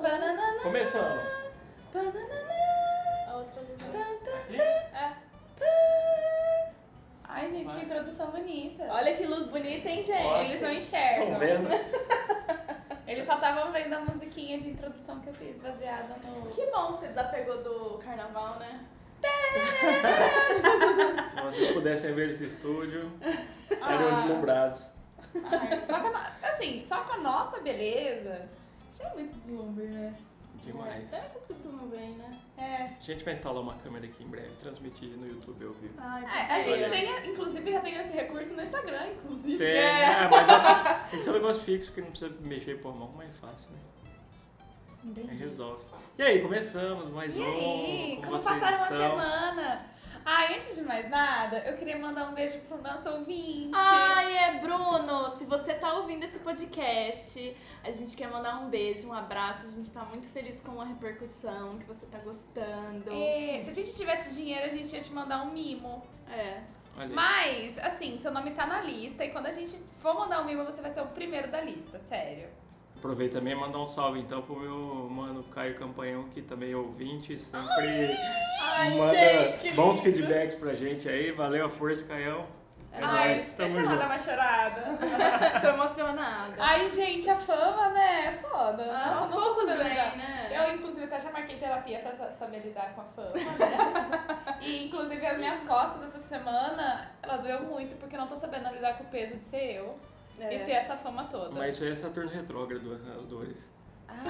Banana. Começamos. Banana. A outra ali. Aqui? É. Ai, gente, que introdução bonita. Olha que luz bonita, hein, gente? Olha. Eles É, não Estão enxergam. vendo? Eles só estavam vendo a musiquinha de introdução que eu fiz, baseada no. Que bom que você desapegou do carnaval, né? Se vocês pudessem ver esse estúdio, estariam Ah. deslumbrados. Ai, só com a no- assim, só com a nossa beleza. Já é muito deslumbre, né? Demais. É, que as pessoas não veem, né? É. A gente vai instalar uma câmera aqui em breve, transmitir no YouTube ao vivo. Ai, A, a gente Olha. tem, inclusive, já tem esse recurso no Instagram, inclusive. Tem, É. ah, mas dá- tem que ser um negócio fixo que não precisa mexer por mão, mas é fácil, né? Aí Entendi. resolve. E aí, começamos mais E um. aí, como vocês então. passaram estão? a semana? Ai, antes de mais nada, eu queria mandar um beijo pro nosso ouvinte. Ai, é Bruno! Se você tá ouvindo esse podcast, a gente quer mandar um beijo, um abraço. A gente tá muito feliz com a repercussão, que você tá gostando. É, se a gente tivesse dinheiro, a gente ia te mandar um mimo. É. Olha aí. Mas, assim, seu nome tá na lista e quando a gente for mandar um mimo, você vai ser o primeiro da lista, sério. Aproveito também e mandar um salve então pro meu mano Caio Campanhão, que também é ouvinte, sempre manda bons feedbacks pra gente aí. Valeu a força, Caião. É nóis, tamo deixa ela junto. dar uma chorada. Tô emocionada. Ai, gente, a fama, né? Foda. Aos não poucos tudo também. bem, né? Eu, inclusive, até já marquei terapia pra ta- saber lidar com a fama, né? e, inclusive, as minhas costas essa semana, ela doeu muito, porque eu não tô sabendo lidar com o peso de ser eu e ter É. essa fama toda. Mas isso aí é Saturno retrógrado, as dores. Ah,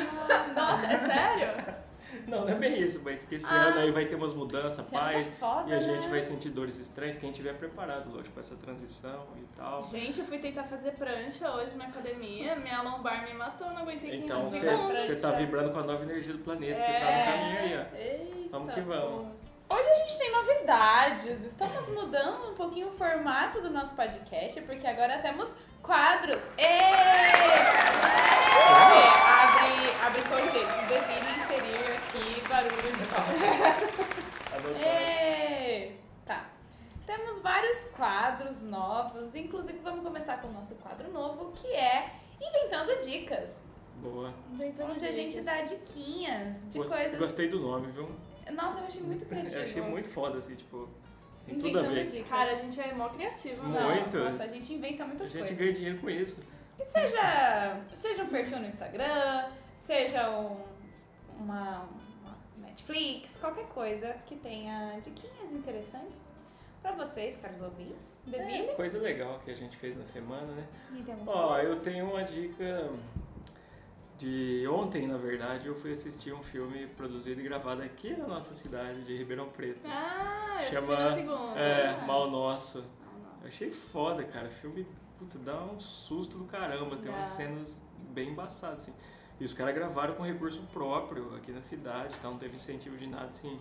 nossa, é sério? Não, não é bem isso, mas que esse Ah. ano aí vai ter umas mudanças, Você é pai. uma foda, E a gente né? vai sentir dores estranhas, quem tiver preparado, lógico, pra essa transição e tal. Gente, eu fui tentar fazer prancha hoje na academia. Minha lombar me matou, não aguentei 15 Então você- segundos. segundo. você tá vibrando com a nova energia do planeta, você tá É. no caminho aí, ó. Eita, Vamos que vamos. pô. Hoje a gente tem novidades. Estamos mudando um pouquinho o formato do nosso podcast, porque agora temos quadros. Ê! Abre, abre colchetes, define inserir aqui barulho de palmas. É. Adotado. Ê! Tá. Temos vários quadros novos, inclusive vamos começar com o nosso quadro novo, que é Inventando Dicas. Boa. Inventando Onde a gente dicas. dá diquinhas de Gost- coisas. Gostei do nome, viu? Nossa, eu achei muito criativo. Eu achei muito foda, assim, tipo, tem tudo a Inventando ver. Dicas. Cara, a gente é mó criativo, Não, né? Muito. Nossa, a gente inventa A muitas gente coisas. ganha dinheiro com isso. E seja, seja um perfil no Instagram, seja um, uma, uma Netflix, qualquer coisa que tenha diquinhas interessantes pra vocês, caros ouvintes. Devine. Coisa legal que a gente fez na semana, né? E tem alguma Ó, coisa? eu tenho uma dica de ontem, na verdade, eu fui assistir um filme produzido e gravado aqui na nossa cidade de Ribeirão Preto. Ah, eu Chama- fui na segunda. É, Mal Nosso. Ah, Eu nossa. achei foda, cara. O filme, puta, dá um susto do caramba. Tem Dá. umas cenas bem embaçadas, assim. E os caras gravaram com recurso próprio aqui na cidade, tá? Não teve incentivo de nada, assim.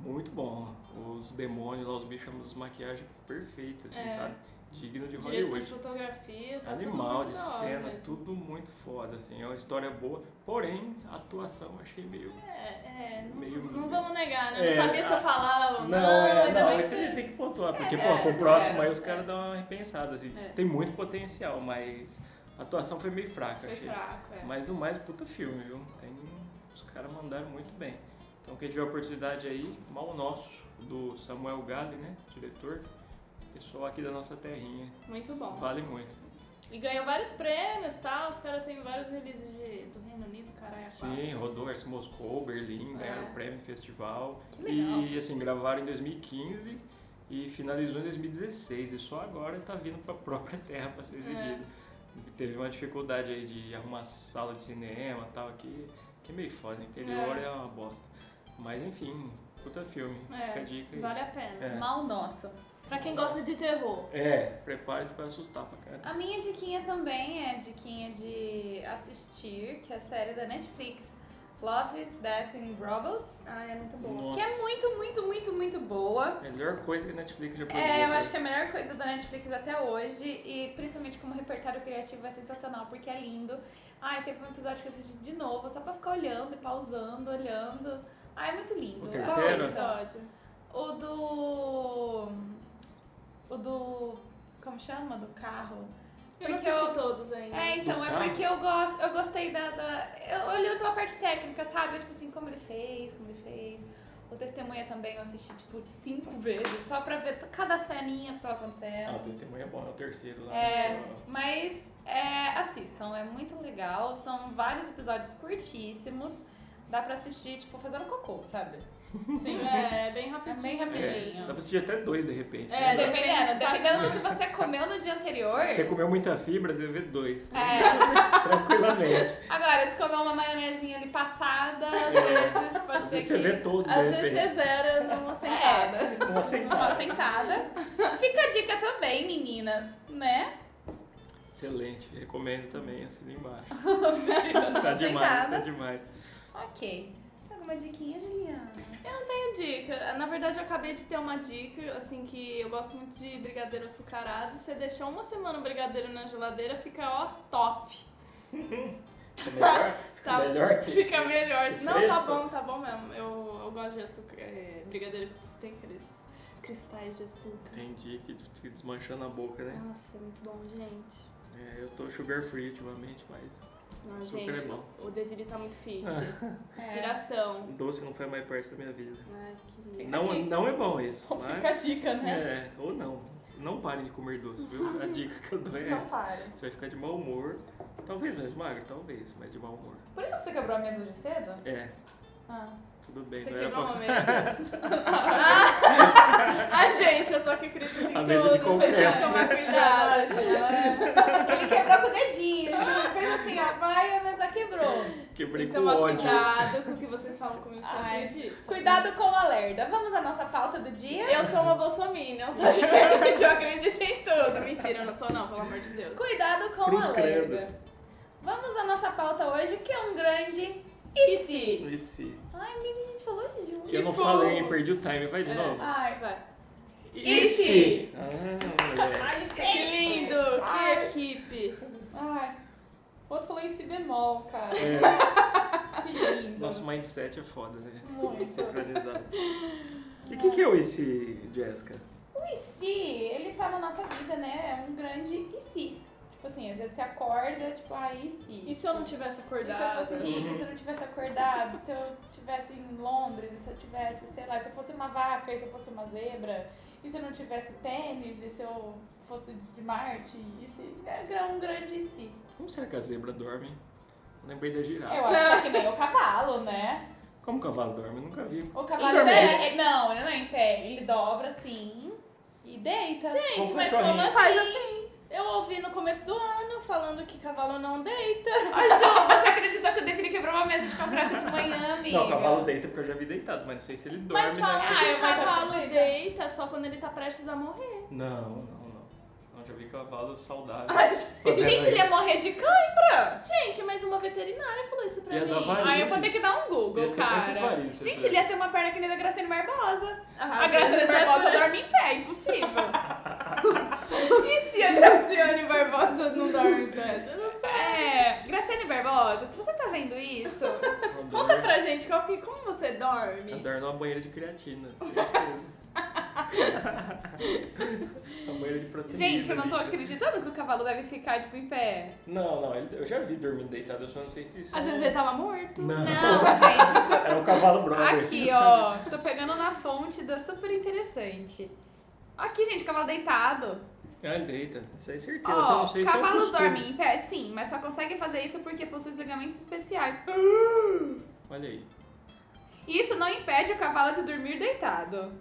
Muito bom. Os demônios lá, os bichos, as maquiagens perfeitas, assim, É. um sabe? Digno de Direção de Hollywood. fotografia, tá Animal tudo muito de da hora cena, mesmo. tudo muito foda, assim. É uma história boa, porém, a atuação eu achei meio. É, é, não, Meio- não vamos negar, né? É, não sabia se eu a- falava ou não. ainda não, bem isso que- aí tem que pontuar, porque, É, pô, é, com vocês o próximo fizeram. aí os caras dão uma repensada, assim. É. Tem muito potencial, mas a atuação foi meio fraca, Foi achei. fraco, é. Mas no mais, puta filme, viu? Tem, os caras mandaram muito bem. Então quem tiver oportunidade aí, mal nosso, do Samuel Gale, né? Diretor. Pessoal aqui da nossa terrinha. Muito bom. Vale muito. E ganhou vários prêmios, tá? Os caras têm vários releases de- do Reino Unido, caralho. Sim, rodou Arce Moscou, Berlim, É. ganharam o prêmio em festival. Que legal. E assim, gravaram em 2015 e finalizou em 2016. E só agora tá vindo pra própria terra pra É. ser exibido. Teve uma dificuldade aí de arrumar sala de cinema e tal, que, que é meio foda. Interior É. é. uma bosta. Mas enfim, puta filme. É, Fica a dica aí. Vale a pena. É. Mal nosso. Pra quem gosta de terror. É, prepare-se pra assustar pra cara. A minha diquinha também é diquinha de assistir, que é a série da Netflix, Love, Death and Robots, Ah, é muito Nossa. que é muito, muito, muito, muito boa. Melhor coisa que a Netflix já produziu. É, eu cara. acho que a melhor coisa da Netflix até hoje, e principalmente como repertório criativo, é sensacional, porque é lindo. Ai, teve um episódio que eu assisti de novo, só pra ficar olhando e pausando, olhando. Ai, é muito lindo. O Qual o Terceiro? episódio? O do. O do. Como chama? Do carro? Eu não Porque assisti eu- todos ainda. É, então, é Tá. porque eu gosto, eu gostei da, da- Eu olhei pela parte técnica, sabe? Tipo assim, como ele fez, como ele fez. O Testemunha também eu assisti, tipo, cinco vezes, só pra ver t- cada ceninha que tava Ah, o acontecendo. testemunho é bom, é o terceiro lá. É, né, que mas é, assistam, é muito legal. São vários episódios curtíssimos. Dá pra assistir, tipo, fazendo cocô, sabe? Sim, é bem É rapidinho. bem é o- É, rapidinho. dá pra assistir até dois de repente. É, né? Dependendo, depende, tá? dependendo do que você comeu no dia anterior. Se você comeu muita fibra, você vê dois. né? É, Tranquilamente. agora, se comer uma maionezinha ali passada, às vezes pode É. Às ser vezes você que... vê todos, Às de vezes repente. você Então, assim, zera numa sentada. Uma Uma sentada. sentada. Fica a dica também, meninas, né? Excelente, recomendo também, assina embaixo. Assistir uma Tá demais, tá sentada. demais. Ok. Alguma diquinha, Juliana? Tenho dica. Na verdade, eu acabei de ter uma dica, assim, que eu gosto muito de brigadeiro açucarado. Você deixar uma semana o brigadeiro na geladeira, fica ó, top. É melhor? Tá- melhor que- Fica melhor. que Não, tá fresco? bom, tá bom mesmo. Eu, eu gosto de açúcar. é, brigadeiro que tem aqueles cristais de açúcar. Entendi que fica desmanchando a boca, né? Nossa, é muito bom, gente. É, eu tô sugar free ultimamente, mas Não, Açúcar é gente, bom. Ah. o Deville tá muito fit. Inspiração. um doce não faz mais parte da minha vida. Ai, que... Fica Não, aqui. não é bom isso. Bom, mas- Fica a dica, né? É, ou não. Não parem de comer doce, viu? A dica que eu dou é Não essa. Então para. Você vai ficar de mau humor. Talvez mais magro, talvez, mas de mau humor. Por isso que você quebrou a mesa hoje cedo? É, Ah. tudo bem. né? Você não era quebrou uma pra... mesa. Ai, gente, eu só que acredito em A tudo. mesa de vocês têm que concreto, tomar né? cuidado. Ele quebrou com o dedinho, Ju. Fez assim, ó, vai, a mesa quebrou. Quebrei Tem que com tomar ódio. Então, cuidado com o que vocês falam comigo, que eu Ai, acredito. Cuidado com o alerta. Vamos à nossa pauta do dia? Eu sou uma bolsominion, tá gente? Eu acredito em tudo. Mentira, eu não sou não, pelo amor de Deus. Cuidado com Cruz o credo. alerta. Vamos à nossa pauta hoje, que é um grande... E se? Esse. Ai, menina, a gente falou de Ju. Que eu não bom. falei, hein? perdi o time. Vai de É. novo. Ai, Vai. e se? Ah, moleque. Ai, que lindo! Ai. Que equipe! Ai. O outro falou em si bemol, cara. É, Que lindo. nosso mindset é foda, né? Muito. Sincronizado. E o que, que é o esse, Jéssica? O e se, ele tá na nossa vida, né? É um grande e se. Tipo assim, às vezes você acorda, tipo, ah, e se? E se eu não tivesse E se eu fosse acordado? rica, se eu não tivesse acordado, se eu tivesse em Londres, se eu tivesse, sei lá, se eu fosse uma vaca, e se eu fosse uma zebra, e se eu não tivesse tênis, e se eu fosse de Marte, e se... É um grande e se. Como será que a zebra dorme? Eu lembrei da Eu girafa. acho que é que nem o cavalo, né? Como o cavalo dorme? Eu nunca vi. O cavalo Em pé? é, é- não, ele não é em pé. Ele dobra assim e deita. Gente, Como mas cachorrinho. como assim? Faz assim. Eu ouvi no começo do ano falando que cavalo não deita. Ai, João, você acreditou que o Defini quebrou uma mesa de concreto de manhã, amiga? Não, o cavalo deita porque eu já vi deitado, mas não sei se ele dorme, Mas falam Ah, né? que eu- o mas acho que cavalo deita. deita só quando ele tá prestes a morrer. Não, não, não. Não, já vi cavalo saudável. Ai, fazendo Gente, ele ia isso. morrer de cãibra. Gente, mas uma veterinária falou isso pra Ia mim. dar varíola. Ai, eu vou ter que dar um Ia Google, ter muitas cara. varizes, Gente, né? ele ia ter uma perna que nem a da Graciane Barbosa. Ah, A Graciane mas é Barbosa por- dorme em pé, impossível. E se a Graciane Barbosa não dorme tanto? Eu não sei. É, Graciane Barbosa, se você tá vendo isso, Eu Conta dormo- pra gente qual que- como você dorme. Eu dormo numa é banheira de creatina. certeza. Uma banheira de proteína. gente, eu não tô líquida. acreditando que o cavalo deve ficar, tipo, em pé. Não, não, ele- eu já vi dormindo deitado, eu só não sei se isso. Às é- vezes ele tá tava morto. Não. Não, gente, Era um cavalo brother. Aqui, você sabe? ó. Tô pegando na fonte da super interessante. Aqui, gente, cavalo deitado. Ah, ele deita. Isso aí é certeza. só Ó, não sei se é um cavalos costume. dormem em pé, sim, mas só conseguem fazer isso porque possuem ligamentos especiais. Olha aí. Isso não impede o cavalo de dormir deitado.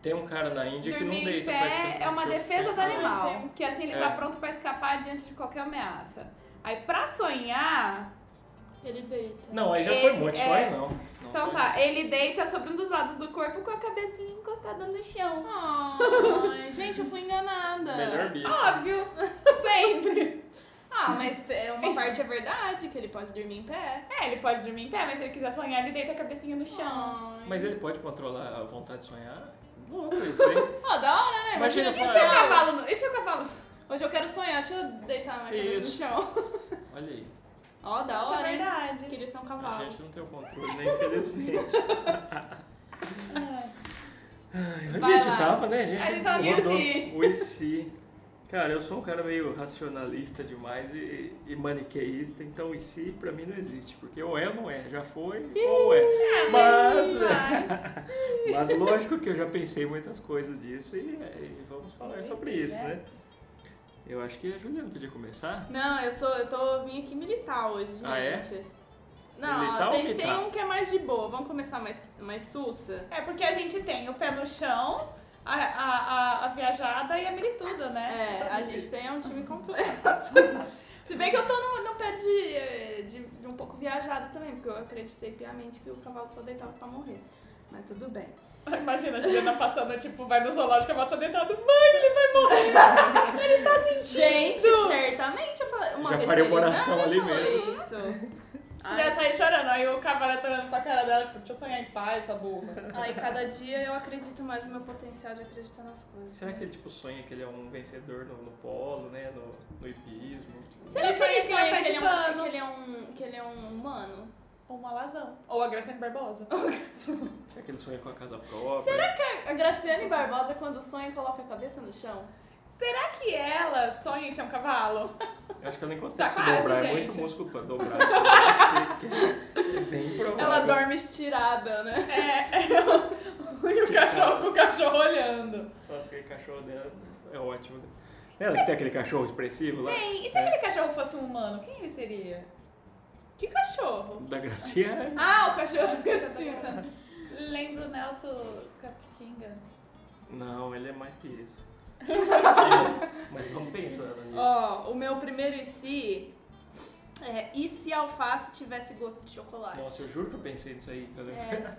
Tem um cara na Índia dormir que não em deita. faz pé tempo é uma que eu defesa sei. do animal, Tem. que assim ele É. tá pronto pra escapar diante de qualquer ameaça. Aí pra sonhar, Ele deita. Não, aí já Ele foi muito, só é- aí não. Não então foi tá, ele deita sobre um dos lados do corpo com a cabecinha encostada no chão. Ah. Ai, gente, eu fui enganada. tá não. Melhor bicho. Óbvio, sempre. Ah, mas é, uma parte é verdade, que ele pode dormir em pé. É, ele pode dormir em pé, mas se ele quiser sonhar, ele deita a cabecinha no chão. Ai. Mas ele pode controlar a vontade de sonhar? Louco isso, hein? Ó, da hora, né? Imagina E falar- se o cavalo. não- E se o cavalo. Hoje eu quero sonhar, deixa eu deitar na cabeça Isso. no chão. Olha aí. Ó, da Isso é hora. hein? verdade. Queria ser um A cavalo. gente não tem o controle, né? Infelizmente. Onde Vai a gente lá. tava, né? A gente, A gente tava no rodou IC. O IC. Cara, eu sou um cara meio racionalista demais e, e maniqueísta, então e se pra mim não existe, porque ou é ou não é, já foi ou é. Ah, Mas- mas- Mas lógico que eu já pensei muitas coisas disso e, é, e vamos falar Pois sobre é. isso, né? Eu acho que a Juliana podia começar. Não, eu sou, eu tô vim aqui militar hoje, gente. Ah, é? Não, Militar ou tem, militar? tem um que é mais de boa. Vamos começar mais, mais sussa? É porque a gente tem o pé no chão, a, a, a, a viajada e a milituda, né? É, a gente tem um time completo. Se bem que eu tô no, no pé de, eh, de, de um pouco viajada também, porque eu acreditei piamente que o cavalo só deitava pra morrer. Mas tudo bem. Imagina a Juliana passando, tipo, vai no zoológico, ela tá deitada, mãe, ele vai morrer! ele tá Gente, sentindo! certamente eu falei. Uma Já faria uma veterinária oração ali falou mesmo. Isso. Já Ai, saí chorando, aí o cavalo tá olhando pra cara dela, tipo, deixa eu sonhar em paz, sua burra. ai, cada dia eu acredito mais no meu potencial de acreditar nas coisas. Será que ele tipo, sonha que ele é um vencedor no, no polo, né? No, no hipismo? tipo? Será que Ele sonha ele que sonha é que ele, é um, pé que, ele é um, que ele é um humano? Ou uma lazão. Ou a Graciane Barbosa. Será que ele sonha com a casa própria? Será que a Graciane Barbosa, quando sonha, coloca a cabeça no chão? Será que ela sonha em ser um cavalo? Eu acho que ela nem consegue Tá se quase, dobrar, é gente. muito músculo pra dobrar. assim, eu acho que- que é bem provável. Ela dorme estirada, né? É, e o cachorro com o cachorro olhando. Nossa, aquele cachorro dela é ótimo. né? Ela que tem aquele cachorro expressivo lá? Tem, e se aquele cachorro fosse um humano, quem ele seria? Que cachorro! Da Graciane. Ah, o cachorro do Graciane. Lembro o Nelson Capitinga. Não, ele é mais que isso. Mas vamos pensando nisso. Ó, o meu primeiro e se é e se a alface tivesse gosto de chocolate? Nossa, eu juro que eu pensei nisso aí. Quando eu... É,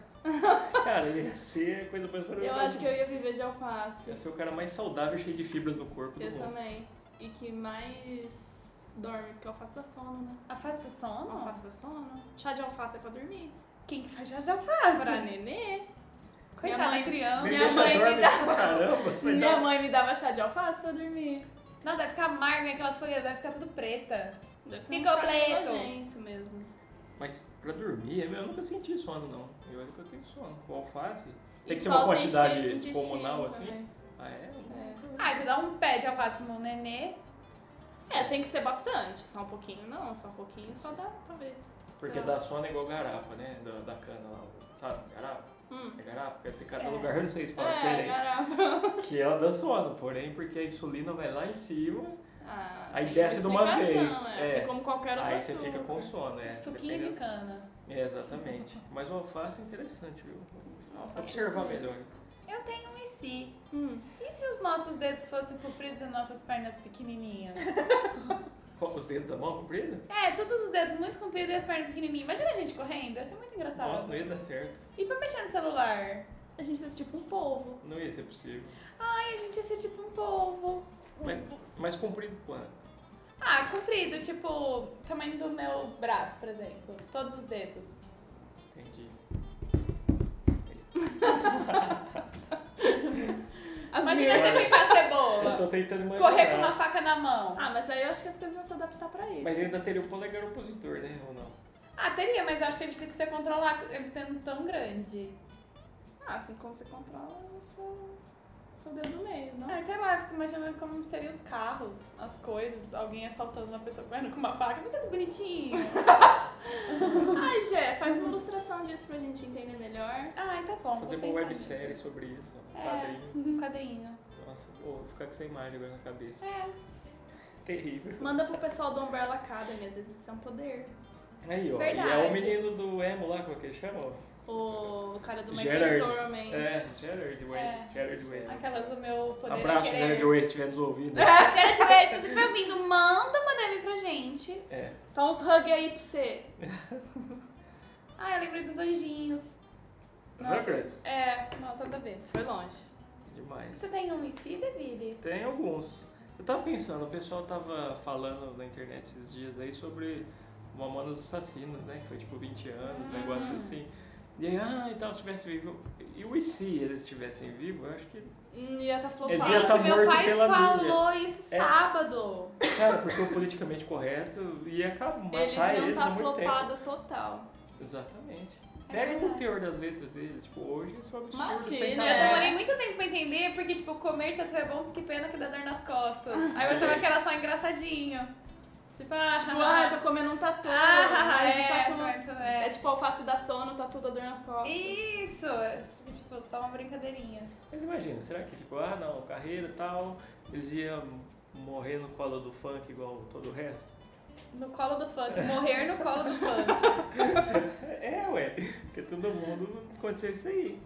Cara, ele ia ser a coisa mais eu maravilhosa. acho que eu ia viver de alface. Ia ser o cara mais saudável, cheio de fibras no corpo do Eu mundo. também. E que mais dorme, porque alface dá sono, né? Afasta sono? Alface dá sono. Chá de alface é pra dormir. Quem que faz já já faz. Pra nenê. Coitada mãe- da criança. Nem Minha deixa mãe me dorme. dava- Caramba, você vai Minha dar... mãe me dava chá de alface pra dormir. Não, deve ficar amarga, aquelas folhas devem ficar tudo preta. Deve ser um Ficou chá meio preto. nojento mesmo. Mas pra dormir, eu nunca senti sono, não. Eu olho que eu tenho sono. Com alface. E Tem que ser só uma quantidade intestino pulmonal, assim? também. Ah, é? É. Ah, você dá um pé de alface no nenê. É, tem que ser bastante. Só um pouquinho, não. Só um pouquinho, só dá, talvez. Porque Sei lá. dá sono é igual garapa, né? Da, da cana lá. Sabe? Garapa? Hum. É garapa? Porque tem cada É. lugar, não sei se assim, fala É, diferente. garapa. Que ela dá sono, porém, porque a insulina vai lá em cima, Ah, Aí tem desce de uma explicação, vez, É, é. assim como qualquer outro aí você fica açúcar. com sono, é. Suquinho Depende- de cana. É, exatamente. Mas o alface é interessante, viu? Alface Observar é assim. melhor. Eu tenho um e se. Hum. E se os nossos dedos fossem compridos e nossas pernas pequenininhas? Qual- Os dedos da mão comprida? É, todos os dedos muito compridos e as pernas pequenininhas. Imagina a gente correndo, ia ser muito engraçado. Nossa, não ia dar certo. E pra mexer no celular? A gente desse tipo um polvo. Não ia ser possível. Ai, a gente ia ser tipo um polvo. Mas, mas comprido quanto? Ah, comprido, tipo, tamanho do meu braço, por exemplo. Todos os dedos. Entendi. Imagina minhas- você picar Eu cebola. tô tentando imaginar. Correr com uma faca na mão. Ah, mas aí eu acho que as coisas vão se adaptar pra isso. Mas ainda teria o polegar opositor, né? Ou não? Ah, teria, mas eu acho que é difícil você controlar ele tendo tão grande. Ah, assim como você controla o seu, o seu dedo do meio, não? Ah, sei lá, eu fico imaginando como seriam os carros, as coisas, alguém assaltando uma pessoa correndo com uma faca, mas é bonitinho. Ai, Gé, faz uma ilustração disso pra gente entender melhor. Ai, tá bom. Fazer vou uma pensar websérie nisso. sobre isso. Um É. quadrinho. Um quadrinho. Nossa, pô, vou ficar com essa imagem agora na cabeça. É, Terrível. Manda pro pessoal do Umbrella Academy, às vezes isso é um poder. Aí, ó. E é Verdade. o menino do emo lá, como é que ele chama? O cara do My Gerard. Chemical Romance. É, Gerard Way. É. Gerard Way. aquelas do meu poder Abraço, de Gerard querer. Way, se estiver nos ouvindo. Gerard Way, se você estiver ouvindo, manda uma DM pra gente. É. Tá uns hug aí pra você. Ah, eu lembrei dos anjinhos. Nossa. Rugrats? É, nossa, nada a ver. Foi longe. Demais. Você tem um em si, Deville? Tem alguns. Eu tava pensando, o pessoal tava falando na internet esses dias aí sobre Mamonas Assassinas, né? Que foi tipo 20 anos, Hum. negócio assim. E aí, ah, então se estivesse vivo. E o e se eles estivessem vivos? Eu acho que. Hum, Ia tá Esse flopado. já tá meu morto pai pela falou isso É. sábado. Cara, porque o politicamente correto ia acabar, Eles matar iam eles, há tá é muito tempo. flopado total. Exatamente. É Pega o verdade. teor das letras dele. Tipo, hoje isso é um absurdo. Imagina. sem Eu É. tamanho. demorei muito tempo pra entender, porque, tipo, comer tatu é bom porque pena que dá dor nas costas. Aí eu achava que era só engraçadinho. Tipo, ah, Ah. Tipo, ah, eu tô comendo um tatu. Ah, mas é, o tatu. mas, é. é. tipo alface da sono, tatu da dor nas costas. Isso! Tipo, só uma brincadeirinha. Mas imagina, será que, tipo, ah não, carreira e tal, eles iam morrer no colo do funk igual todo o resto? No colo do funk. Morrer no colo do funk. É, ué, porque todo mundo aconteceu isso aí.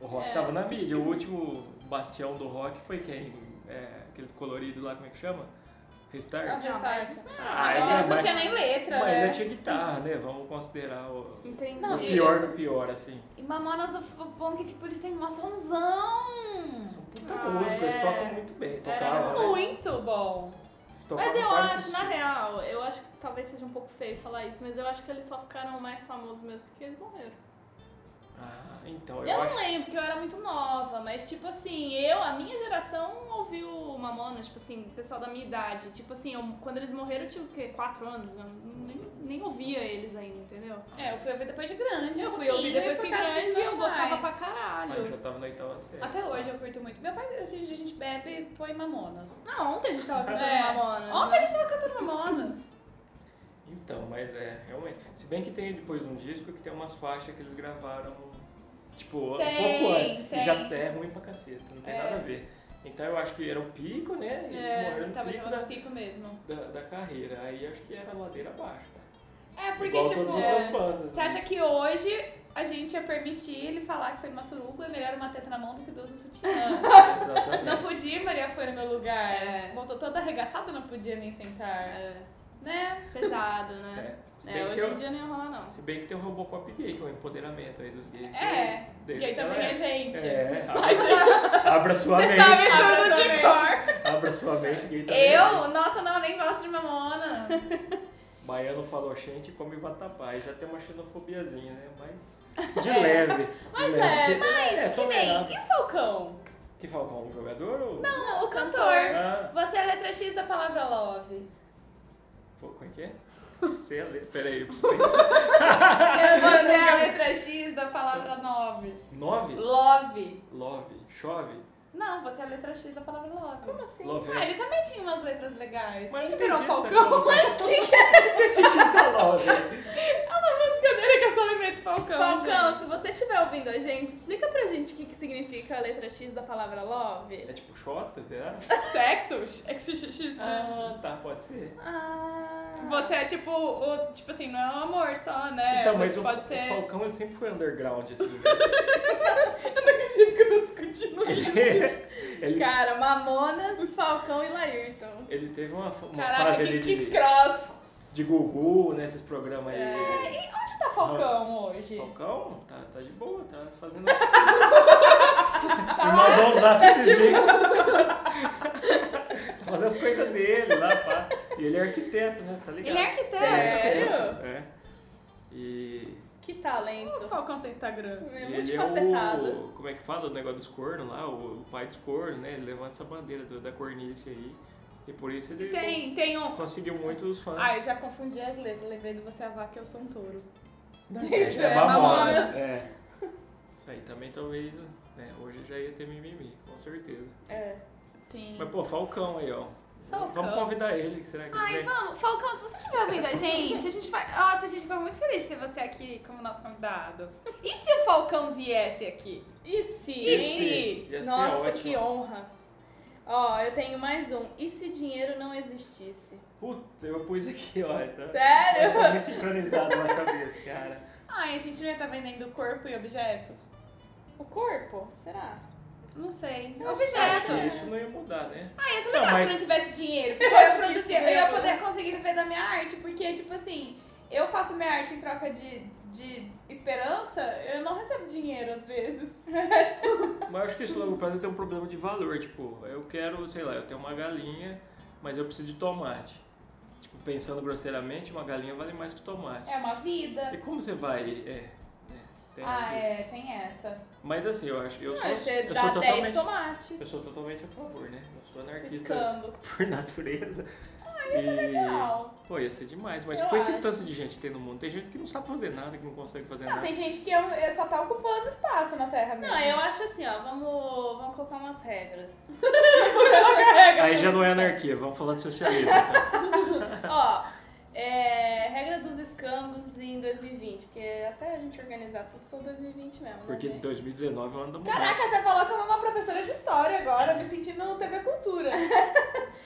O rock É. tava na mídia, o último bastião do rock foi quem? É, aqueles coloridos lá, como é que chama? Não, Restart? restart. mas- Ah, mas é, elas não tinham nem letra, mas né? ainda tinha guitarra, né? Vamos considerar o, Entendi. Não, o e- pior do pior, assim. E Mamonas, o bom que, tipo, eles têm uma somzão. São puta Ah, música, eles é. tocam muito bem, tocavam, né? Muito bom. Eles tocavam Mas eu vários acho, na estilos. real, eu acho que talvez seja um pouco feio falar isso, mas eu acho que eles só ficaram mais famosos mesmo porque eles morreram. Ah, então, eu, Eu, acho não lembro, porque eu era muito nova, mas tipo assim, eu, a minha geração ouviu Mamonas, tipo assim, o pessoal da minha idade. Tipo assim, eu- quando eles morreram eu tinha o quê? Quatro anos? Eu nem, nem ouvia eles ainda, entendeu? É, eu fui ouvir depois de grande. Eu um fui ouvir pouquinho, depois por que causa dos grande e eu meus gostava pais. pra Ah, eu caralho. já tava na oitava série. Até hoje eu curto muito. Meu pai, assim, a gente bebe, põe Mamonas. Não, ontem a gente tava cantando né? É. Mamonas. Ontem a gente tava cantando Mamonas. Então, mas é, realmente. Se bem que tem depois um disco que tem umas faixas que eles gravaram, tipo, um Tem, pouco antes. tem. E já é ruim pra caceta, não tem É. nada a ver. Então eu acho que era o pico, né? Eles morreram né? É, no talvez pico ela no da, pico mesmo. da, da carreira. Aí acho que era ladeira abaixo. É, porque, Igual tipo, todas as é, outras bandas. né? você acha que hoje a gente ia permitir ele falar que foi numa suruba, é melhor uma teta na mão do que duas no sutiã. Não Exatamente. podia, Maria foi no meu lugar. É. Voltou toda arregaçada, não podia nem sentar. É, Né? pesado, né? É. Se, É, bem que hoje tem, em dia não ia rolar, não. o- se bem que tem o Robocop gay, que é o empoderamento aí dos gays. É. Dele, E aí também a gente. É, A abra, gente abra sua mente. sabe Abraço tudo de mesmo. cor. Abra sua mente, gay também. é Eu? Nossa, não, nem gosto de mamona. Baiano falou gente come vatapá. E já tem uma xenofobiazinha, né? Mas de É. leve. Mas de leve. é, mas é, que nem. tolerável. E o Falcão? Que Falcão, um jogador ou... Não, o cantor. Ah, Você é a letra X da palavra love. pô, como é que é? Você é letra... Peraí, eu preciso pensar. Você é a letra X da palavra nove. Nove? Love. Love. Chove. Não, você é a letra X da palavra love. Como assim? Love. Ah, ele também tinha umas letras legais. É. Mas Quem não que entendi virou essa Falcão? colocação. Mas que O que é esse X da Love? É uma música dele que eu só lembrei do Falcão. Falcão, se você estiver ouvindo a gente, explica pra gente o que, que significa a letra X da palavra É love. tipo Xota, será? Sexo? XXX. Ah, tá, pode ser. Ah. Você é tipo, o, tipo assim, não é um amor só, né? então, Você mas o, pode o ser. Falcão ele sempre foi underground, assim. Né? Eu não acredito que eu tá tô discutindo. Ele, ele, Cara, Mamonas, Falcão e Laírton. ele teve uma, uma Caraca, fase que, ali que de, cross. de Gugu, né? Esses programas aí. É, e onde tá Falcão hoje? Falcão tá, tá de boa, tá fazendo as coisas. Tá Me mandou um zap esses dias. tá fazendo as coisas dele lá, pá. E ele é arquiteto, né? Você tá ligado? Ele é arquiteto? arquiteto, É. E, Que O talento. Falcão tem Instagram. e É ele é multifacetado. o. Como é que fala o negócio dos cornos lá? O, o pai dos cornos, né? Ele levanta essa bandeira do- da cornice aí. E por isso E ele tem, Ah, tem um. conseguiu muitos fãs. Ai, já confundi as letras. Lembrei de você a vaca, eu sou um touro. Não, Isso, é Mamonas, Mamonas. é. Isso aí também talvez, né? Hoje já ia ter mimimi, com certeza. É. Sim. Mas pô, Falcão aí, ó. Falcão. Vamos convidar ele, que será que Ai, ele vem? vamos. Falcão, se você estiver ouvindo a gente, a gente vai. Nossa, a gente ficou muito feliz de ter você aqui como nosso convidado. E se o Falcão viesse aqui? E se? E hein? se? Ia ser Nossa, ótimo. que honra. Ó, eu tenho mais um. E se dinheiro não existisse? Puta, eu pus aqui, ó. Tá... Mas tá Sério? muito sincronizado na cabeça, cara. Ai, a gente não ia estar vendendo corpo e objetos? O corpo? Será? Não sei. Eu acho que- Acho que Objetos. isso não ia mudar, né? Ah, ia ser Não, legal mas- se eu não tivesse dinheiro. Eu Porque acho eu, que produzia, isso eu ia mesmo. poder conseguir viver da minha arte. Porque, tipo assim, eu faço minha arte em troca de, de esperança, eu não recebo dinheiro às vezes. Mas eu acho que isso logo prazo tem um problema de valor. Tipo, eu quero, sei lá, eu tenho uma galinha, mas eu preciso de tomate. Tipo, pensando grosseiramente, uma galinha vale mais que tomate. É uma vida. E como você vai. É. né, tem- Ah, é, tem essa. Mas assim, eu acho. Eu Não, sou, você eu dá sou 10 totalmente. tomate. Eu sou totalmente a favor, né? Eu sou anarquista Piscando. por natureza. Isso é Ah, legal. Pô, ia ser demais, mas Eu com esse acho. tanto de gente que tem no mundo, tem gente que não sabe fazer nada, que não consegue fazer Não, nada. tem gente que é- é- só tá ocupando espaço na Terra mesmo. Não, eu acho assim, ó, vamos, vamos colocar umas regras. Aí já não é anarquia, vamos falar de socialismo. tá? Ó, é, regra dos escândalos em 2020, porque até a gente organizar tudo são 2020 mesmo, né? Porque gente? 2019 é o ano da Caraca, mudança. você falou como uma professora de história agora, me sentindo TV Cultura.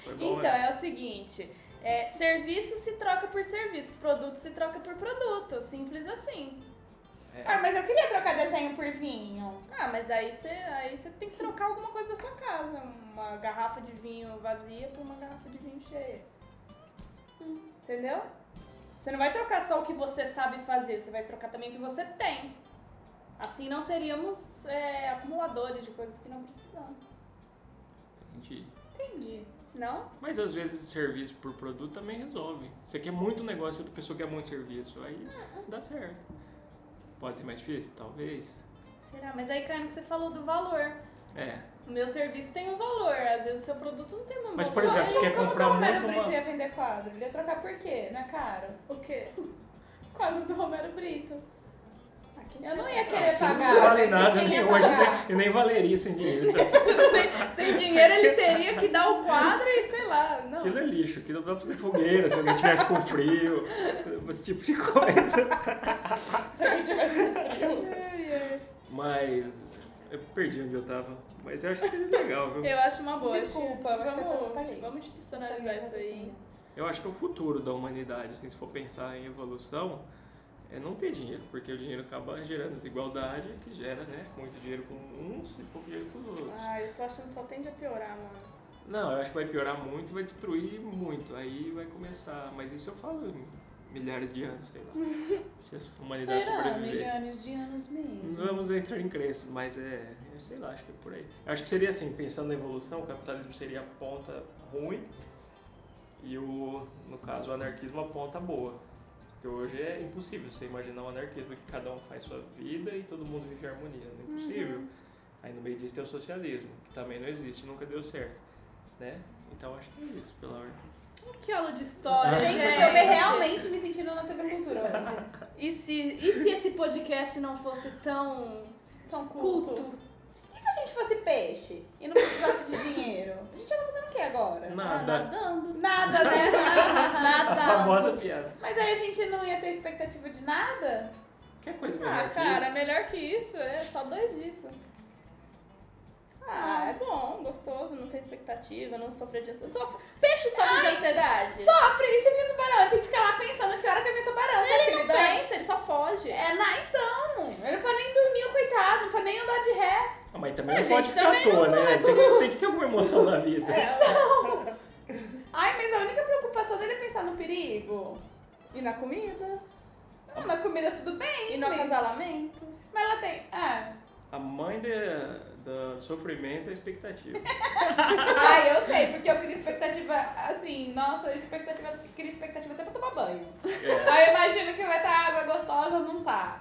Foi bom, Então, né? é o seguinte, é, serviço se troca por serviço, produto se troca por produto, simples assim. É, Ah, mas eu queria trocar desenho por vinho. Ah, mas aí você aí você tem que trocar alguma coisa da sua casa, uma garrafa de vinho vazia por uma garrafa de vinho cheia. Entendeu? Você não vai trocar só o que você sabe fazer, você vai trocar também o que você tem. Assim não seríamos é, acumuladores de coisas que não precisamos. Entendi. Entendi. Não? Mas às vezes serviço por produto também resolve. Você quer muito um negócio, outra pessoa quer muito serviço. Aí dá certo. Pode ser mais difícil? Talvez. Será? Mas aí cai no que você falou do valor. É. O meu serviço tem um valor, às vezes o seu produto não tem um Mas, valor. por exemplo, é, você quer como comprar que o Romero muito Brito uma- ia vender quadro? Ele ia trocar por quê? é Na cara? O quê? Quadro do Romero Brito. Aqui Eu não ia precisa. querer Aqui pagar. Não vale Você nada, quem nem ia hoje, pagar? né? e nem valeria sem dinheiro. Tá? sem, sem dinheiro ele teria que dar o quadro e sei lá. Não. Aquilo é lixo, aquilo dá pra fazer fogueira, se alguém tivesse com frio, esse tipo de coisa. Se alguém tivesse com um frio. Ai, ai. Mas eu perdi onde eu tava. Mas eu acho que seria legal, viu? Eu acho uma boa. Desculpa, eu acho que eu te Vamos- atrapalhei. Vamos Só institucionalizar linha de isso aí. raciocínio. Eu acho que o futuro da humanidade, assim, se for pensar em evolução, é não ter dinheiro, porque o dinheiro acaba gerando desigualdade, que gera, né? Muito dinheiro com uns e pouco dinheiro com os assim. outros. Ah, eu tô achando que só tende a piorar, mano. Não, eu acho que vai piorar muito e vai destruir muito. Aí vai começar. Mas isso eu falo em milhares de anos, sei lá. Se a humanidade Será? sobreviver. Milhões de anos Não mesmo. Vamos entrar em crenças, mas é. Eu sei lá, acho que é por aí. Eu acho que seria assim, pensando na evolução, o capitalismo seria a ponta ruim e o, no caso, o anarquismo a ponta boa. Porque hoje é impossível você imaginar um anarquismo que cada um faz sua vida e todo mundo vive em harmonia. Não é impossível. Hum. Aí no meio disso tem o socialismo, que também não existe, nunca deu certo. Né? Então acho que é isso, pela ordem. Que aula de Ah, história, Gente, gente. eu tô me- realmente me sentindo na TV Cultura hoje. E se, e se esse podcast não fosse tão Tão culto? culto. E se a gente fosse peixe e não precisasse de dinheiro? A gente ia tá fazendo o que agora? Ah, Nada. nadando. Nada, né? A Nadando. famosa piada. Mas aí a gente não ia ter expectativa de nada? Quer coisa melhor Ah, que cara, isso? melhor que isso. É só dois disso. Ah, é bom, gostoso, não tem expectativa, não sofre de ansiedade. Sofre- Peixe sofre de ansiedade. Sofre, e se vem tubarão? Tem que ficar lá pensando que hora que vem tubarão. Você acha que Ele não dorme? pensa, ele só foge. É, na, então. Ele não pode nem dormir, o coitado. Não pode nem andar de ré. Ah, mas também A não pode gente ficar à também toa, não É. né? Tem que, tem que ter alguma emoção na vida. então. Ai, mas a única preocupação dele é pensar no perigo. E na comida, Não, na comida tudo bem. e no mas- acasalamento. Mas ela tem. Ah. A mãe da- do sofrimento é a expectativa. Ah, eu sei, porque eu queria expectativa, assim, nossa, expectativa, eu queria expectativa até pra tomar banho. É. Aí eu imagino que vai estar água gostosa, não tá.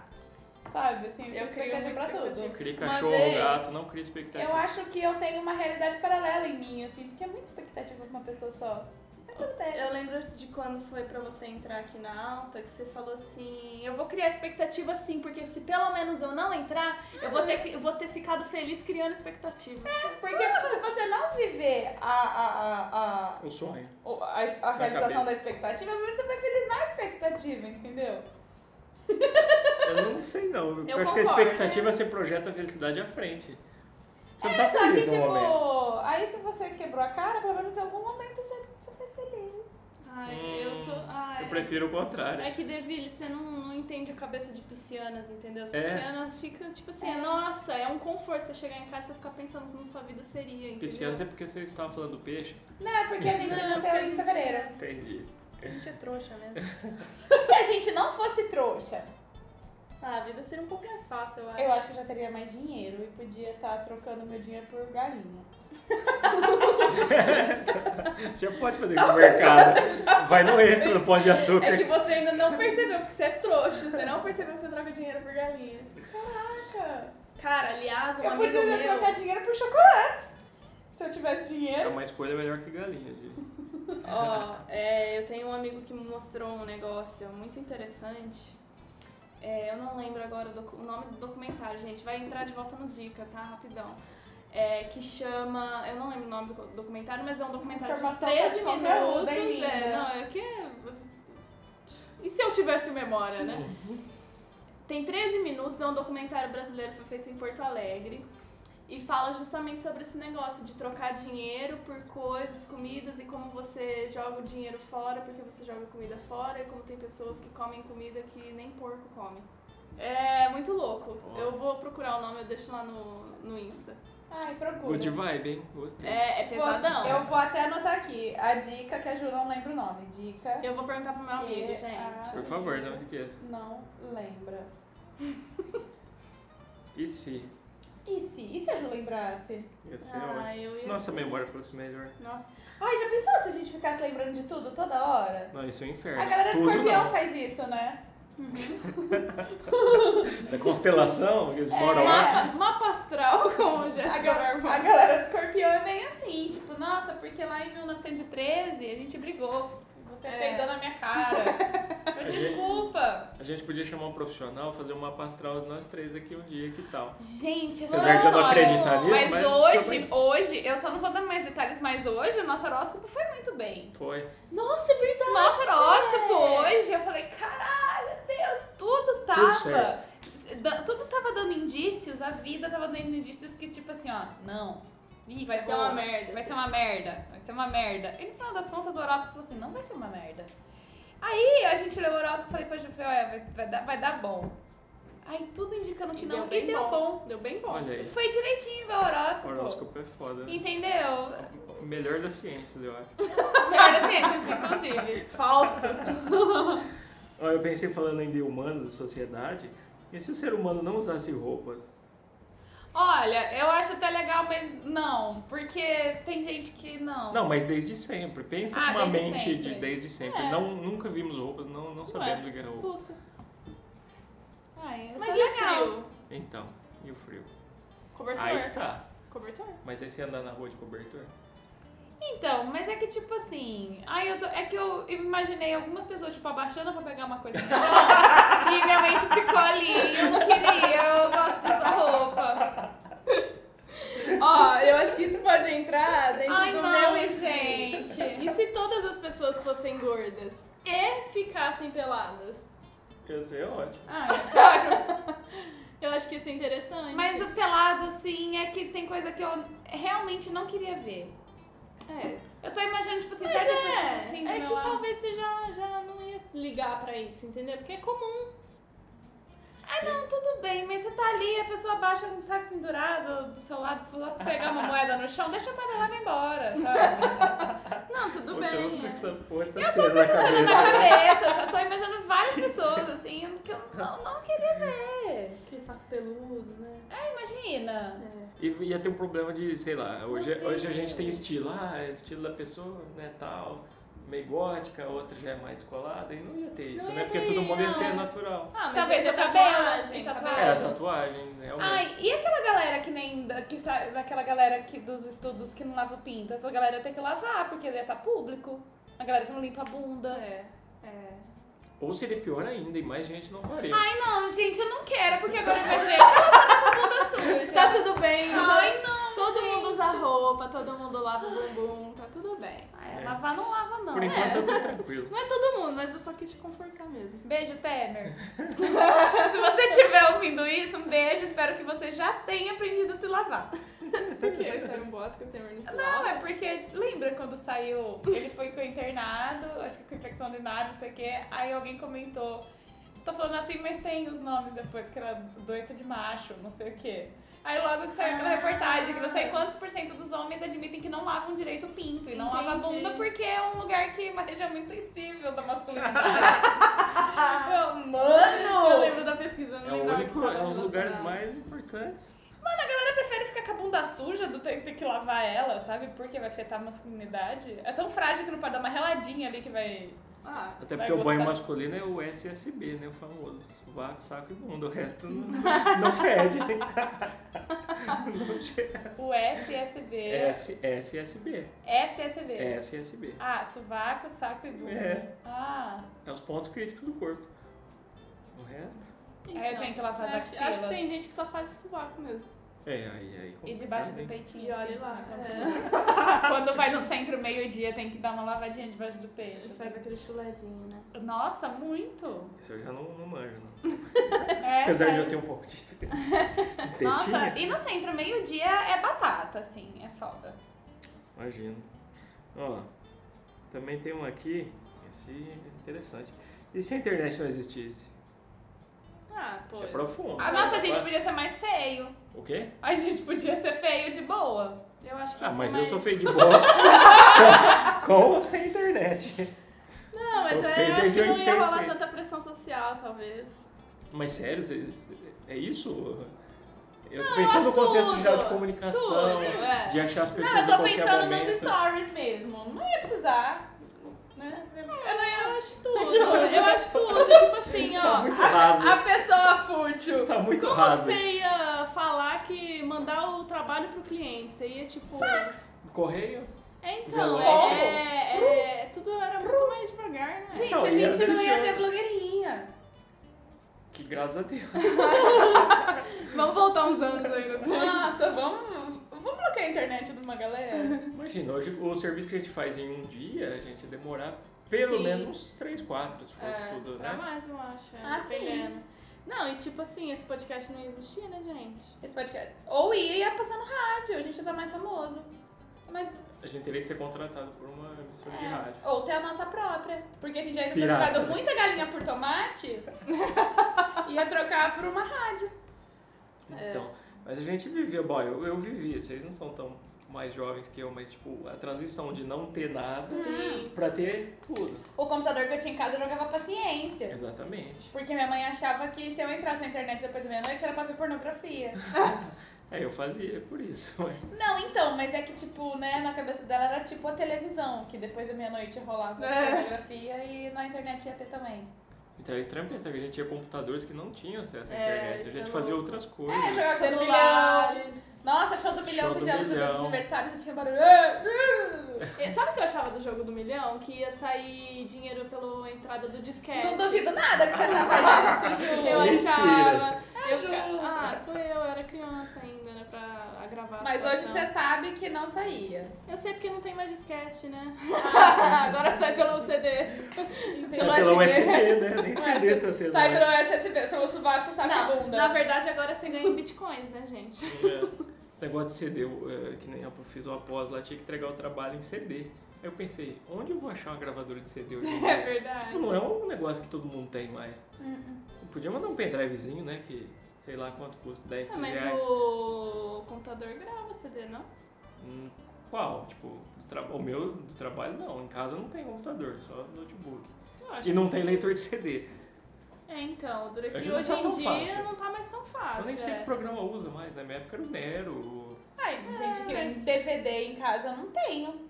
Sabe, assim, Eu queria expectativa pra muita tudo. expectativa. Cria Uma cachorro ou vez- gato, não cria expectativa. Eu acho que eu tenho uma realidade paralela em mim, assim, porque é muita expectativa pra uma pessoa só. Mas tudo bem. É. Eu lembro de quando foi pra você entrar aqui na alta, que você falou assim, eu vou criar expectativa sim, porque se pelo menos eu não entrar, eu vou ter, que- eu vou ter ficado feliz criando expectativa. Porque se você não viver a, a, a, a, O Um sonho. o- a, a cabeça. realização da expectativa, pelo menos você vai feliz na expectativa, entendeu? Eu não sei não. Eu, Eu acho que a concordo, né? expectativa é você projeta a felicidade à frente. É, Você não tá Só que, feliz no tipo, momento. aí se você quebrou a cara, pelo menos em algum momento você, você foi feliz. Ai, Hum, eu sou... Ai. Eu prefiro o contrário. É que, Deville, você não, não entende a cabeça de piscianas, entendeu? As É. piscianas ficam, tipo assim, É. nossa, é um conforto você chegar em casa e ficar pensando como sua vida seria, entendeu? Porque antes é porque você estava falando do peixe. Não, é porque a gente Não, porque nasceu a em gente fevereiro. é- Entendi. A gente é trouxa mesmo. Se a gente não fosse trouxa, ah, a vida seria um pouco mais fácil, eu acho. eu acho que eu já teria mais dinheiro e podia estar trocando meu dinheiro por galinha. Você já pode fazer isso no mercado. Vai no extra, no pó de açúcar. É que você ainda não percebeu, porque você é trouxa. Você não percebeu que você troca dinheiro por galinha. Caraca! Cara, aliás, um eu amigo podia meu... trocar dinheiro por chocolates! Se eu tivesse É dinheiro. uma escolha melhor que galinha, gente. Ó, é, eu tenho um amigo que me mostrou um negócio muito interessante. É, eu não lembro agora o, docu- o nome do documentário, gente. Vai entrar de volta no Dica, tá? Rapidão. É, que chama. Eu não lembro o nome do co- documentário, mas é um documentário Informação de tá 13 de conteúdo, hein, minutos. é, linda? não, é que. é- E se eu tivesse memória, né? Uhum. Tem 13 minutos, é um documentário brasileiro que foi feito em Porto Alegre. E fala justamente sobre esse negócio de trocar dinheiro por coisas, comidas e como você joga o dinheiro fora porque você joga comida fora e como tem pessoas que comem comida que nem porco come. É muito louco. Ó. Eu vou procurar o nome, eu deixo lá no, no Insta. Ai, procura. Good vibe, hein? Gostei. É, é Vou- pesadão. Eu vou até anotar aqui a dica que a Ju não lembra o nome. Dica Eu vou perguntar pro meu Que é amigo, a- gente. Por favor, não esqueça. não lembra. E se? E se? E se a Ju lembrasse? Ia ser Ah, eu é ótimo. Se ia- nossa memória fosse melhor. Nossa. Ai, já pensou se a gente ficasse lembrando de tudo toda hora? Não, isso é um inferno. A galera de Tudo escorpião não. faz isso, né? Da constelação, que eles moram É. lá. Mapa, mapa astral com o A, Jéssica ga- Barbosa. a galera de escorpião é bem assim, tipo, nossa, porque lá em 1913 a gente brigou. Você É. peidou na minha cara. A Eu, gente- desculpa. A gente podia chamar um profissional, fazer uma pastral de nós três aqui um dia, que tal? Gente, essa Apesar de eu não história- acreditar nisso, Mas, mas... hoje, hoje, eu só não vou dar mais detalhes, mas hoje o nosso horóscopo foi muito bem. Foi. Nossa, é verdade! é. Nosso horóscopo hoje, eu falei, caralho, Deus, tudo tava. certo. da- tudo tava dando indícios, a vida tava dando indícios que, tipo assim, ó, não. Ih, vai ser uma merda. merda. Vai ser uma merda, vai ser uma merda. E no final das contas, o horóscopo falou assim: não vai ser uma merda. Aí a gente leu o horóscopo e falei pra Ju, falei, olha, vai, vai dar, vai dar bom. Aí tudo indicando que E não, deu bem e deu bom. Deu bem bom. Olha aí. Foi direitinho igual o horóscopo. Horóscopo é foda. né? Entendeu? O melhor das ciências, eu acho. Melhor da ciência, inclusive. Falso. Ó, Eu pensei falando ainda em humanos e sociedade, e se o ser humano não usasse roupas? Olha, eu acho até legal, mas não. Porque tem gente que não. Não, mas desde sempre. Pensa Ah, com uma desde mente sempre. de desde sempre. É. Não, nunca vimos roupas, não, não sabemos ligar roupa. Sussa. Ai, isso Mas é e legal. Então, e o frio? Cobertor. Aí que tá. Cobertor. Mas aí você andar na rua de cobertor? Então, mas é que tipo assim. Aí eu tô- é que eu imaginei algumas pessoas, tipo, abaixando pra pegar uma coisa no chão. e minha mente ficou ali. Eu não queria, eu gosto de usar roupa. Ó, eu acho que isso pode entrar dentro Ai, do não, meu gente. E se todas as pessoas fossem gordas e ficassem peladas? Eu sei, ótimo. Ah, isso é ótimo. Eu acho que isso é interessante. Mas o pelado, assim, é que tem coisa que eu realmente não queria ver. É, Eu tô imaginando, tipo assim, Mas certas é, pessoas assim, é meu que lado. talvez você já, já não ia ligar pra isso, entendeu? Porque é comum. Ah, não, tudo bem, mas você tá ali, a pessoa baixa um saco pendurado do seu lado, foi lá pegar uma moeda no chão, deixa pra dar e embora, sabe? Não, tudo Puta, eu vou bem. ficar é. então com essa porra dessa cena na Na cabeça. cabeça, eu já tô imaginando várias pessoas, assim, que eu não, não queria ver. Aquele saco peludo, né? É. Imagina. E ia ter um problema de, sei lá, hoje, Meu hoje a gente Deus. tem estilo, ah, é estilo da pessoa, né, tal, meio gótica, a outra já é mais descolada, e não ia ter isso, Não né? ia porque ter, todo mundo ia não. ser natural. Ah, mas Talvez é o cabelo, tatuagem. tem É, tatuagem. a tatuagem, realmente. Ai, e aquela galera que nem. da- Que, sa- daquela galera que, dos estudos que não lava o pinto? Essa galera tem que lavar, porque ia estar público. A galera que não limpa a bunda. É, tá. é. Ou seria pior ainda, e mais gente não faria. Ai, não, gente, eu não quero, porque agora eu imaginei essa moça com a bunda suja. Tá tudo bem. então. Ai, não, todo gente. mundo usa roupa, todo mundo lava o bumbum, tá tudo bem. Ai, É. lavar não lava, não. Por enquanto eu tô tranquilo. Não é todo mundo, mas eu só quis te confortar mesmo. Beijo, Temer. Se você estiver ouvindo isso, um beijo. Espero que você já tenha aprendido a se lavar. Por quê? Isso era um boato que eu tenho no Não, é porque, lembra quando saiu, ele foi com internado, acho que com infecção urinária, não sei o quê, aí alguém comentou, tô falando assim, mas tem os nomes depois, que era doença de macho, não sei o quê. Aí logo que saiu aquela Ah. reportagem, que não sei quantos por cento dos homens admitem que não lavam direito o pinto e não lavam a Entendi. bunda porque é um lugar que é uma região muito sensível da masculinidade. Eu, Eu mano! lembro da pesquisa, eu não É o lembrava que único, tá, tava é um dos lugares relacionado. mais importantes. Mano, a galera prefere ficar com a bunda suja do ter, ter que lavar ela, sabe? Porque vai afetar a masculinidade. É tão frágil que não pode dar uma reladinha ali que vai Ah, Até Vai porque o banho gostar. masculino é o SSB, né? O famoso. Sovaco, saco e bunda. O resto não, não fede. não chega. O SSB. S, SSB. SSB. SSB. Ah, sovaco, saco e bunda. É. Ah, É os pontos críticos do corco. O resto? aí eu tenho Então, que ir lá fazer acho, axilas. acho que tem gente que só faz sovaco mesmo. É, aí, aí. E complicado, debaixo do hein? peitinho. E olha assim, lá. então, É. Quando vai no centro meio-dia, tem que dar uma lavadinha debaixo do peito. assim. Faz aquele chulezinho, né? Nossa, muito! Isso eu já não, não manjo, não. É, Apesar sério. de eu um ter um pouco de, de tetinha. Nossa, e no centro meio-dia é batata, assim, é foda. Imagino. Ó, também tem um aqui. Esse é interessante. E se a internet não existisse? Ah, pô. Isso é profundo. Ah, né? nossa, a gente podia ser mais feio. O quê? A gente podia ser feio de boa. Eu acho que Ah, isso mas é eu mais... sou feio de bola. com, com ou sem internet? Não, mas Sou é, feio eu acho desde que não ia rolar 86. tanta pressão social, talvez. Mas sério, vocês- é isso? Eu tô eu pensando acho no contexto geral de tudo. comunicação, Tudo, é. de achar as Não, eu pessoas tô a qualquer pensando momento. nos stories mesmo. Não ia precisar. Né? Eu não ia. Eu acho tudo, né? eu acho tudo. Tipo assim, Tá ó. muito raso. A pessoa fútil. Tá muito Como raso. você ia falar que mandar o trabalho pro cliente? Você ia tipo. Fax! Correio? É, então, Envelope. é, é, é- Tudo era muito mais devagar, né? Gente, Então, a e era gente não ia delicioso. ter blogueirinha. Que graças a Deus. Vamos voltar uns anos aí no tempo. Nossa, vamos, vamos bloquear a internet de uma galera? Imagina, hoje o serviço que a gente faz em um dia, a gente ia demorar pelo Sim. menos uns 3, 4, se fosse É, tudo, Pra né? mais, eu acho. é, Ah, sim. dependendo. Não, e tipo assim, esse podcast não ia existir, né, gente? Esse podcast. Ou ia, ia passar no rádio, a gente ia dar mais famoso. Mas, A gente teria que ser contratado por uma emissora É. de rádio. ou ter a nossa própria. Porque a gente já ia ter Pirata. trocado muita galinha por tomate, ia trocar por uma rádio. É. Então, mas a gente vivia, bom, eu, eu vivia, vocês não são tão mais jovens que eu, mas tipo, a transição de não ter nada Tipo assim, Sim. pra ter tudo. O computador que eu tinha em casa eu jogava paciência. Exatamente. Porque minha mãe achava que se eu entrasse na internet depois da meia-noite era pra ver pornografia. É, eu fazia por isso, mas Não, então, mas é que, tipo, né, na cabeça dela era tipo a televisão, que depois da meia-noite rolava É. a pornografia e na internet ia ter também. então é estranho pensar que a gente tinha computadores que não tinham acesso à É, internet, a isso é gente fazia louco. outras coisas. É, jogava- Celulares. Nossa, show do milhão Show do podia ajudar milhão. os universitários e tinha barulho. "Ah, ah". E Sabe o que eu achava do jogo do milhão? Que ia sair dinheiro pela entrada do disquete. Não duvido nada que você achava isso, Ju. É, tipo, É, Eu Mentira. achava. Eu Ju. fica- Ah, sou eu, eu era criança ainda, né? Pra gravar. a Mas hoje situação. você sabe que não saía. Eu sei porque não tem mais disquete, né? agora sai pelo CD. Só pelo USB, né? Nem CD tá tendo. Sai mais. pelo SSB, pelo sovaco, saco e bunda. na verdade agora você ganha em bitcoins, né, gente? É. Esse negócio de CD, eu, é, que nem eu fiz uma pós lá, tinha que entregar o trabalho em CD. Aí eu pensei, onde eu vou achar uma gravadora de CD hoje em É dia? verdade. Tipo, não é um negócio que todo mundo tem mais. Hum, Eu podia mandar um pendrivezinho, né? Que sei lá quanto custa, 10, Ah, 15 mas reais. o computador grava CD, não? Hum, qual? Tipo, do tra- o meu do trabalho não. Em casa eu não tenho computador, só notebook. Eu acho E não que tem sim. leitor de CD. É, então, dura que Hoje hoje, não tá em tão dia fácil. não tá mais tão Ah, fácil. Eu nem sei é. que programa usa mais. Na minha época era o Nero, o hum. Ai, gente, que nem É, mas- DVD em casa eu não tenho.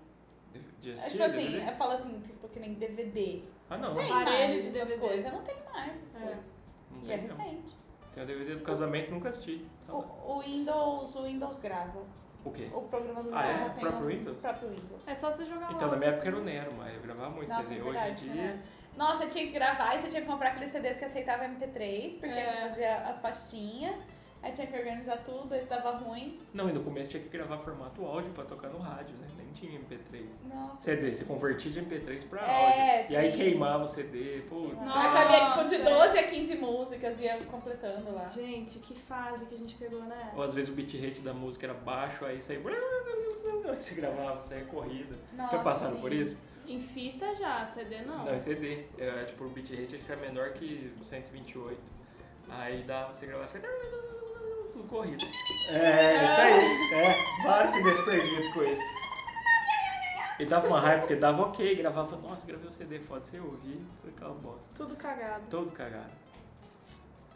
de É, assistir, Tipo assim, DVD. eu falo assim, tipo, que nem DVD. Ah, não. Tem Aparelho mais de essas DVD. coisas, não tem mais essas É. coisas. Não E é tem, não. recente. Tem o DVD do casamento, nunca assisti. Tá O, lá. o Windows, o Windows grava. O quê? O programa do Windows Ah, é? já O tem próprio Windows? o próprio Windows. É só você jogar Então, lá. na minha época era o Nero, mas eu gravava muito Oh, Nossa, CD. é Hoje em verdade, dia, Nossa, tinha que gravar e você tinha que comprar aqueles CDs que aceitava MP3, porque É. você fazia as pastinhas, aí tinha que organizar tudo, aí se dava ruim. não, e no começo tinha que gravar formato áudio pra tocar no rádio, né? Nem tinha MP3. Nossa. Quer dizer, você convertia de MP3 pra É, áudio. E aí sim. queimava o CD, pô. Nossa. Aí cabia tipo de Nossa. 12 a 15 músicas e ia completando lá. Gente, que fase que a gente pegou, né? Ou às vezes o bitrate da música era baixo, aí saía. Aí Você gravava, saía corrida. Nossa, Já passaram sim. por isso? Em fita já, CD não. Não, é CD. É, tipo, o bitrate acho que era menor que 128. Aí dá pra você gravar fica corrida. É, isso aí. É, vários CDs perdidos com isso. E dava uma raiva, porque dava ok, gravava, nossa, gravei o CD, foda, você ouvir, foi aquela bosta. Tudo cagado. Todo cagado.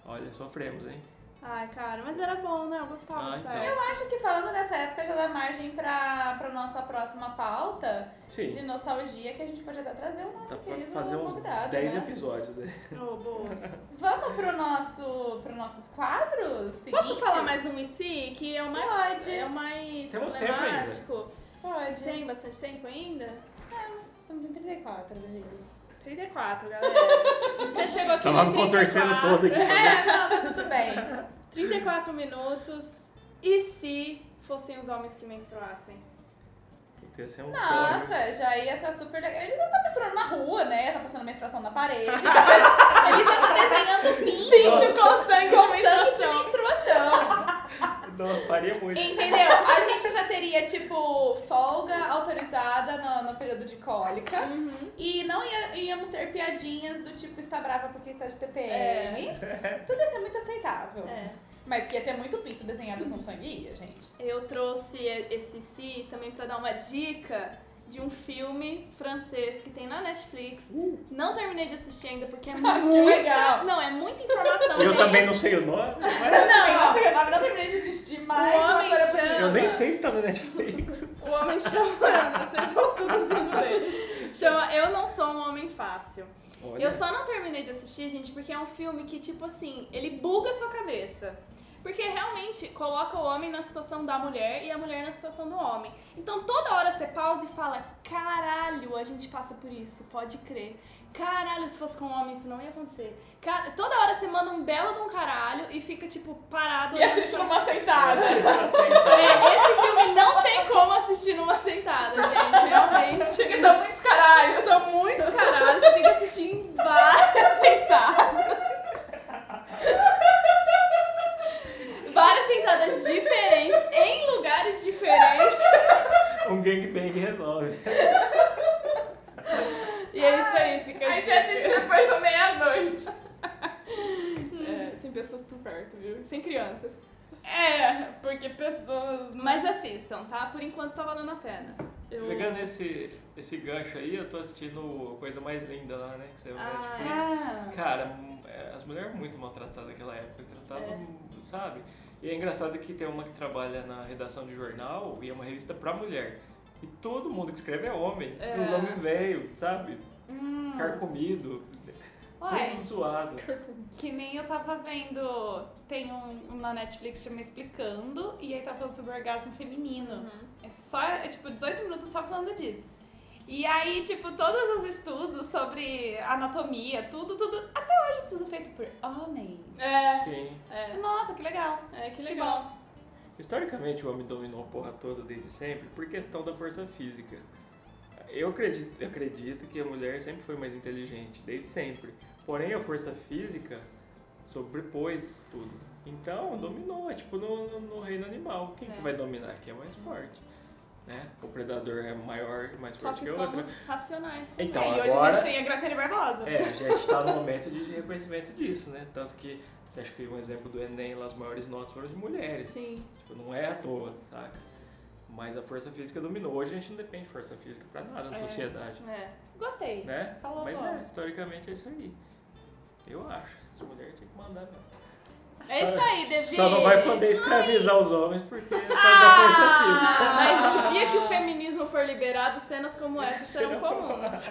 Olha, sofremos, hein? Ai, cara, mas era bom, né? Eu gostava Ah, dessa então. época. Eu acho que falando nessa época já dá margem pra, pra nossa próxima pauta de Sim. nostalgia, que a gente pode até trazer o nosso Dá pra querido fazer uns convidado. 10 né? episódios, né? Ô, boa. Vamos pro nosso, pro nossos quadros seguintes? Posso falar mais um e si? Que é o mais. Pode. É o mais Temos tempo ainda. problemático. Pode. Tem bastante tempo ainda? Ah, nós estamos em 34, Danilo. 34, galera. Você chegou aqui Tava em me contorcendo 34. todo aqui. É, não, tá tudo bem. 34 minutos. E se fossem os homens que menstruassem? Puta, ia ser um pódio. Nossa, já ia estar super legal. Eles iam estar misturando na rua, né? Ia tá passando menstruação na parede. Eles iam estar desenhando pinto, Nossa. com sangue, com sangue de menstruação. menstruação. Nossa, faria muito. Entendeu? A gente já teria, tipo, folga autorizada no, no período de cólica. E não ia- íamos ter piadinhas do tipo, está brava porque está de TPM. Tudo isso é muito aceitável. É. Mas que ia ter muito pinto desenhado com sangue, ia, gente. Eu trouxe esse si também pra dar uma dica de um filme francês que tem na Netflix. Não terminei de assistir ainda porque é muito Ah, que legal! Não, é muita informação. Eu gente. também não sei o nome, mas Não, Um Assim, eu ó. não sei o nome, não terminei de assistir mais. O homem agora por chama- mim. eu nem sei se tá na Netflix. O homem chama. Vocês vão tudo se fuder. Chama Eu Não Sou um Homem Fácil. Olha, Eu só não terminei de assistir, gente, porque é um filme que, tipo assim, ele buga a sua cabeça. Porque realmente coloca o homem na situação da mulher e a mulher na situação do homem. Então toda hora você pausa e fala: caralho, a gente passa por isso, pode crer. Caralho, se fosse com um homem isso não ia acontecer. Ca- Toda hora você manda um belo de um caralho e fica, tipo, E parado. olhando assiste pra- numa sentada. tá É, esse filme não tem como assistir numa sentada, gente, realmente. Porque são muitos caralhos. São muitos caralhos, você tem que assistir em várias sentadas. Várias sentadas diferentes, em lugares diferentes. um gangbang resolve. E é isso aí, fica a Aí você dica. assiste depois do meia-noite. É, sem pessoas por perto, viu? Sem crianças. É, porque pessoas. Mas assistam, tá? Por enquanto tá valendo a pena. Eu... Pegando esse, esse gancho aí, eu tô assistindo Coisa Mais Linda lá, né? Que saiu na Ah, Netflix. Cara, m- é, as mulheres eram muito maltratadas naquela época, eles tratavam, sabe? E é engraçado que tem uma que trabalha na redação de jornal e é uma revista pra mulher. E todo mundo que escreve é homem. É. E Os homens velhos, sabe? Hum. Carcomido, Uai, tudo zoado. que nem eu tava vendo. Tem um, um na Netflix chama Explicando, e aí tá falando sobre orgasmo feminino. Uhum. É só, é tipo, 18 minutos só falando disso. E aí, tipo, todos os estudos sobre anatomia, tudo, tudo, até hoje tudo feito por homens. É, Sim. é, Nossa, que legal. é, que Que legal. bom. Historicamente o homem dominou a porra toda desde sempre por questão da força física. Eu acredito, eu acredito que a mulher sempre foi mais inteligente, desde sempre. Porém a força física sobrepôs tudo. Então dominou, é tipo no, no- no reino animal. Quem que É. vai dominar? Quem é mais forte. Né? O predador é maior, mais Só forte que que o outro. somos racionais também. Então, e hoje a agora- gente tem a Graciane Barbosa. É, a gente tá no momento de reconhecimento disso, né? Tanto que você acha que um exemplo do Enem, lá as maiores notas foram de mulheres. Sim. Tipo, não é à toa, saca? Mas a força física dominou. Hoje a gente não depende de força física pra nada na É. sociedade, É. Gostei. né? Falou Mas agora. é, historicamente é isso aí. Eu acho. As mulheres tinham que mandar mesmo. É isso aí, Devi. Só não vai poder escravizar os homens porque faz Ah! a força física. Mas o dia que o feminismo for liberado, cenas como essa serão comuns.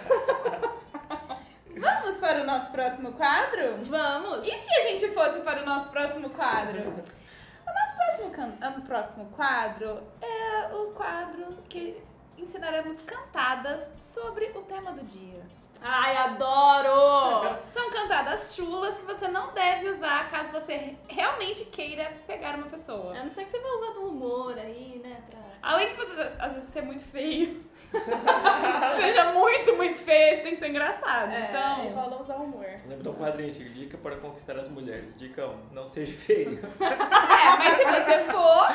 Vamos para o nosso próximo quadro? Vamos! E se a gente fosse para o nosso próximo quadro? O nosso próximo, can... ah, o próximo quadro É o quadro que ensinaremos cantadas sobre o tema do dia. Ai, adoro! São cantadas chulas que você não deve usar caso você realmente queira pegar uma pessoa. A não ser que você vai usar do humor aí, né? Pra... Além de você, às vezes ser muito feio, seja muito, muito feio, você tem que ser engraçado. Então, Então, rola usar humor. Lembra de um quadrinho antigo? Dica para conquistar as mulheres. Dica 1. Não seja feio. é, mas se você for,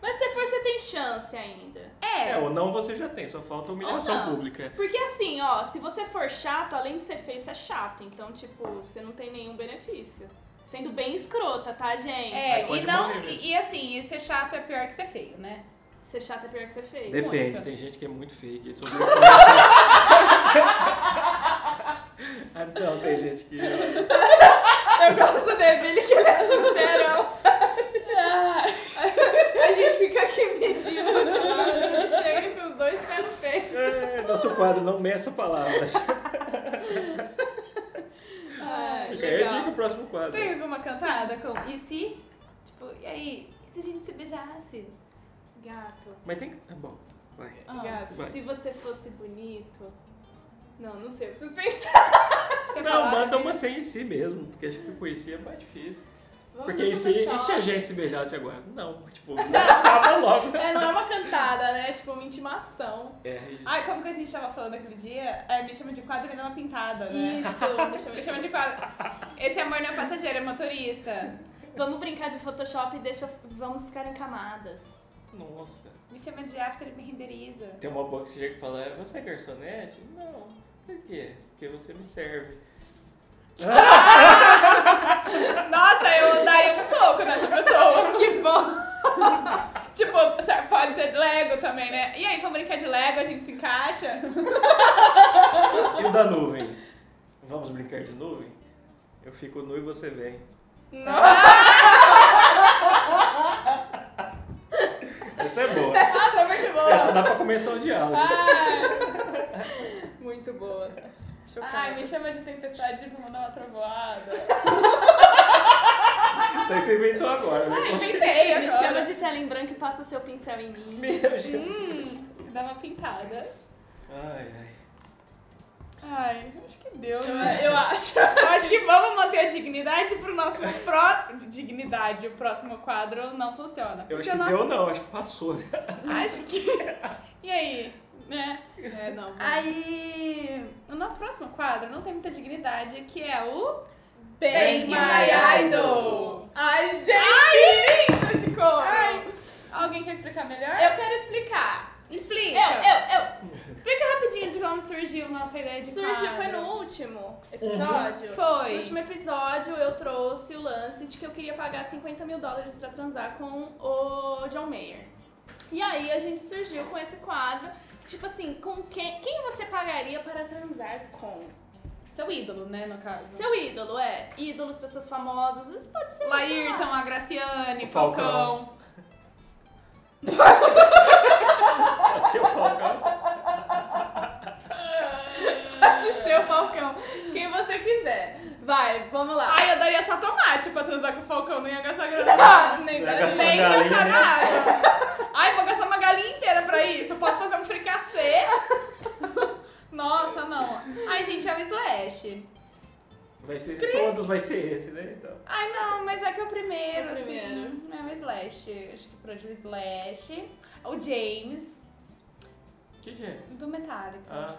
Mas se for, você tem chance ainda. é. É, ou não você já tem, só falta humilhação Ou não. pública. Porque assim, ó, se você for chato, além de ser feio, você é chato. Então, tipo, você não tem nenhum benefício. Sendo bem escrota, tá, gente? É, Você pode e não, morrer mesmo. e, e assim, e ser chato é pior que ser feio, né? Ser chato é pior que ser feio. Depende, Muita. tem gente que é muito feia que sobre Ah, não, Então, tem gente que. né, Eu gosto dele, que ele é sincerão. sabe? Ah. né? É, quadro Não Meça Palavras. Ai, Fica aí a dica legal. o próximo quadro. Tem alguma cantada com e se? Tipo, e aí? E se a gente se beijasse? Gato. Mas tem. É bom, vai. Ah, Obrigada. Vai. se você fosse bonito. Não, não sei, eu preciso pensar. Você Não, manda uma sem em si mesmo, porque acho que conhecer é mais difícil. Vamos Porque ver e se, você e se a chora. gente se beijasse agora? Não, tipo, acaba logo. É, não é uma cantada, né? É tipo uma intimação. É, Ai, como que a gente tava falando aquele dia? É, me chama de quadro e não é pintada, né? Isso, me Me chama- chama de quadro. Esse amor não é passageiro, é motorista. Vamos brincar de Photoshop e deixa. Vamos ficar em camadas. Nossa. Me chama de after e me renderiza. Tem uma boa que você chega e fala, "É, você é garçonete? Não. Por quê? Porque você me serve. Nossa, eu daria um soco nessa pessoa. Que bom. tipo, sabe, pode ser Lego também, né? E aí, vamos brincar de Lego, a gente se encaixa? E o da nuvem? Vamos brincar de nuvem? Eu fico nu e você vem. Essa é boa. Nossa, muito bom. Essa dá pra começar o diálogo. Ai, Muito boa. Seu Então tá ai, cara. me chama de tempestade, vou mandar uma trovoada. Isso aí você inventou agora, né? Ah. Ai, Você- inventei agora. Me chama de tela em branco e passa seu pincel em mim. Meu Jesus. Hum, dá uma pintada. Ai, ai. Ai, acho que deu, né? Eu, eu acho. Acho que vamos manter a dignidade pro nosso pró... Dignidade, o próximo quadro não funciona. Eu Porque acho o que nosso- deu não, acho que passou. Acho que... E aí? Né? É, não. Aí, o nosso próximo quadro não tem muita dignidade, que é o Bang My Idol. Ai, gente, que lindo esse coro! Ai, alguém quer explicar melhor? Eu quero explicar. Eu, Explica. eu, Explica rapidinho de como surgiu nossa ideia eu. de Surgiu, quadro. foi no último episódio. No Foi. último episódio, eu trouxe o lance de que eu queria pagar 50 mil dólares pra transar com o John Mayer. E aí a gente surgiu com esse quadro, tipo assim, com quem, quem você pagaria para transar com? Seu ídolo, né, no caso. Seu ídolo, é. Ídolos, pessoas famosas, isso pode ser. sei lá. Laírton, então, a Graciane, O Falcão. Falcão. Pode ser o Falcão. Pode ser o Falcão. Quem você quiser. Vai, vamos lá. Ai, eu daria só tomate pra transar com o Falcão, não ia gastar grana. Ah, nem Vai dá- gastar Nem uma galinha, gastar né? nada. Ai, vou gastar uma galinha inteira pra isso. Posso fazer um fricassê? Nossa, não. Ai, gente, é o Slash. Vai ser, todos vai ser esse, né? Então. Ai, não, mas é que é o primeiro, É o primeiro. assim. É o Slash. Acho que por hoje é o Slash. O James, Que é? gênero? do Metallica. Ah,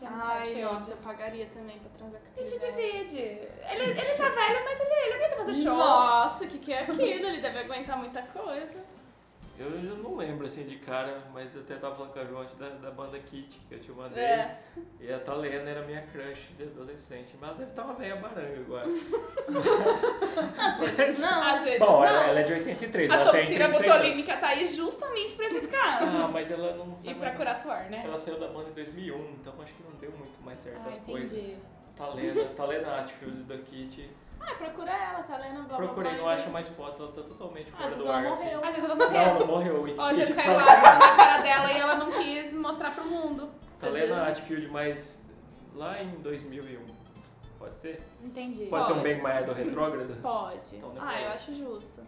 James Ai, Hetfield. nossa, eu pagaria também pra transar com né? A gente aquele velho. divide. Ele, ele tá velho, mas ele, ele aguenta fazer show. Nossa, o que, que é aquilo? Ele deve aguentar muita coisa. eu já não lembro assim de cara, mas eu até tava falando com a João antes da, da banda Kit, que eu te mandei. É. E a Talena era minha crush de adolescente, mas ela deve estar uma velha baranga agora. Às vezes não. Às vezes Bom, não. ela, ela é de 83, a ela tem toxina 36 anos. botulínica tá aí justamente pra esses Ah, casos. mas ela não foi e mais pra não. curar suor, né? Ela saiu da banda em 2001, então acho que não deu muito mais certo Ah, as coisas. Tá entendi. Talena, Talena Atfield da Kit. Ah, procura ela, tá lendo blá blá Procurei, blá, não acho mais foto, ela tá totalmente Ah, às fora vezes do ela ar. morreu. Às vezes né? ela assim. Não, morreu. né? não morreu. E Ó, Kit você caiu fala- assim. ácido na cara dela e ela não quis mostrar pro mundo. Talena Atfield, mas lá em 2001. Pode ser? Entendi. Pode, ser um Pode. Bang My Idol retrógrado? Pode. Então demorou. ah, eu acho justo.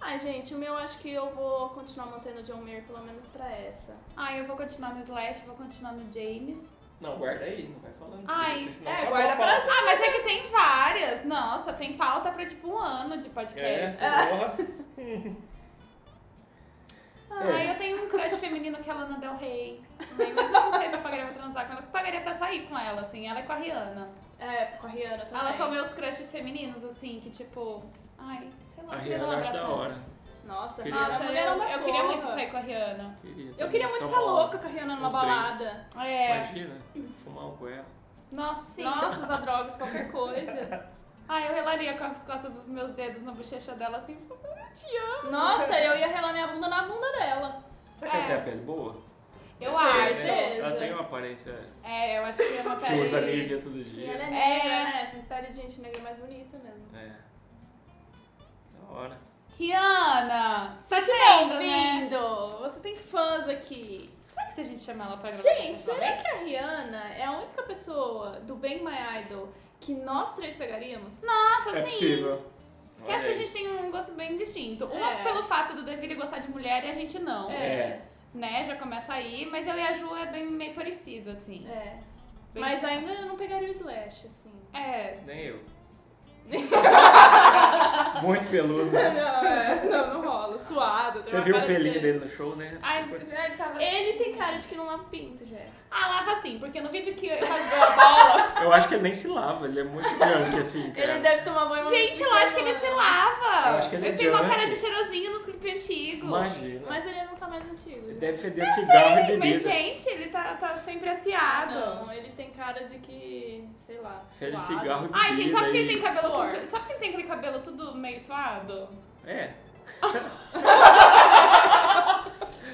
Ai, gente, o meu acho que eu vou continuar mantendo o John Mayer pelo menos pra essa. Ai, eu vou continuar no Slash, vou continuar no James. Não, guarda aí, não vai falando. Ai, tudo isso, senão tá é, acabou guarda a pra. pauta. Ah, mas é que tem várias. Nossa, tem pauta pra tipo um ano de É, podcast. porra. É, Ai, eu tenho um crush feminino que é a Lana Del Rey. Né? Mas eu não sei se eu pagaria pra transar com ela. Eu pagaria pra sair com ela, assim. Ela é com a Rihanna. É, com a Rihanna também. Elas são meus crushes femininos, assim, que tipo. Ai, sei lá. A eu queria dar um Rihanna acho abraço da nela. hora. Nossa, Queria. a Nossa, mulher eu, não dá eu queria conta. muito sair com a Rihanna. Eu queria muito ficar tomar um- louca com a Rihanna numa uns drinks. balada. É. Imagina, fumar um com ela. Nossa, sim. Nossa, usar drogas, qualquer coisa. Ai, eu relaria com as costas dos meus dedos na bochecha dela, assim. Eu te amo. Nossa, eu ia relar minha bunda na bunda dela. Será que ela tem a É, pele boa? eu Sei, acho. né? Ela tem uma aparência É, eu acho que é uma que usa pele. Nivea todo E dia. ela é É. negra, né? Pele de gente negra mais bonita mesmo. É. Da hora. Ana! Você tá te vendo, né? ouvindo? Você tem fãs aqui. Será que se a gente chamar ela pra gravar? Gente, você vai? será que a Rihanna é a única pessoa do Bang My Idol que nós três pegaríamos? Nossa, É sim! possível. Porque acho Assim, que a gente tem um gosto bem distinto. Uma É. pelo fato do Deville gostar de mulher e a gente não. É. Né? Já começa aí, mas eu e a Ju é bem meio parecido, assim. É. Bem- Mas ainda eu não pegaria o Slash, assim. É. Nem eu. Muito peludo. Não, é, não, não rola. Suado. tem Você uma viu o cara de pelinho ser- dele no show, né? Ai, Foi- ele tava. Ele tem cara de que não lava pinto, já. Ah, lava assim, porque no vídeo que rasgou a bola. Eu acho que ele nem se lava, ele é muito junk, assim, cara. Ele deve tomar banho uma vez gente, por eu acho que ele semana. se lava. Eu acho que ele é tem uma junk. cara de cheirosinho nos clipes antigos. Imagina. Mas ele não tá mais antigo. Ele já. deve feder cigarro e Mas, é bebida. gente, ele tá, tá sempre aciado. Não, ele tem cara de que. sei lá. Fede suado. cigarro e bebida. Ai, gente, sabe que ele tem e- cabelo. Suor. Com... Sabe que ele tem aquele cabelo tudo meio suado? É.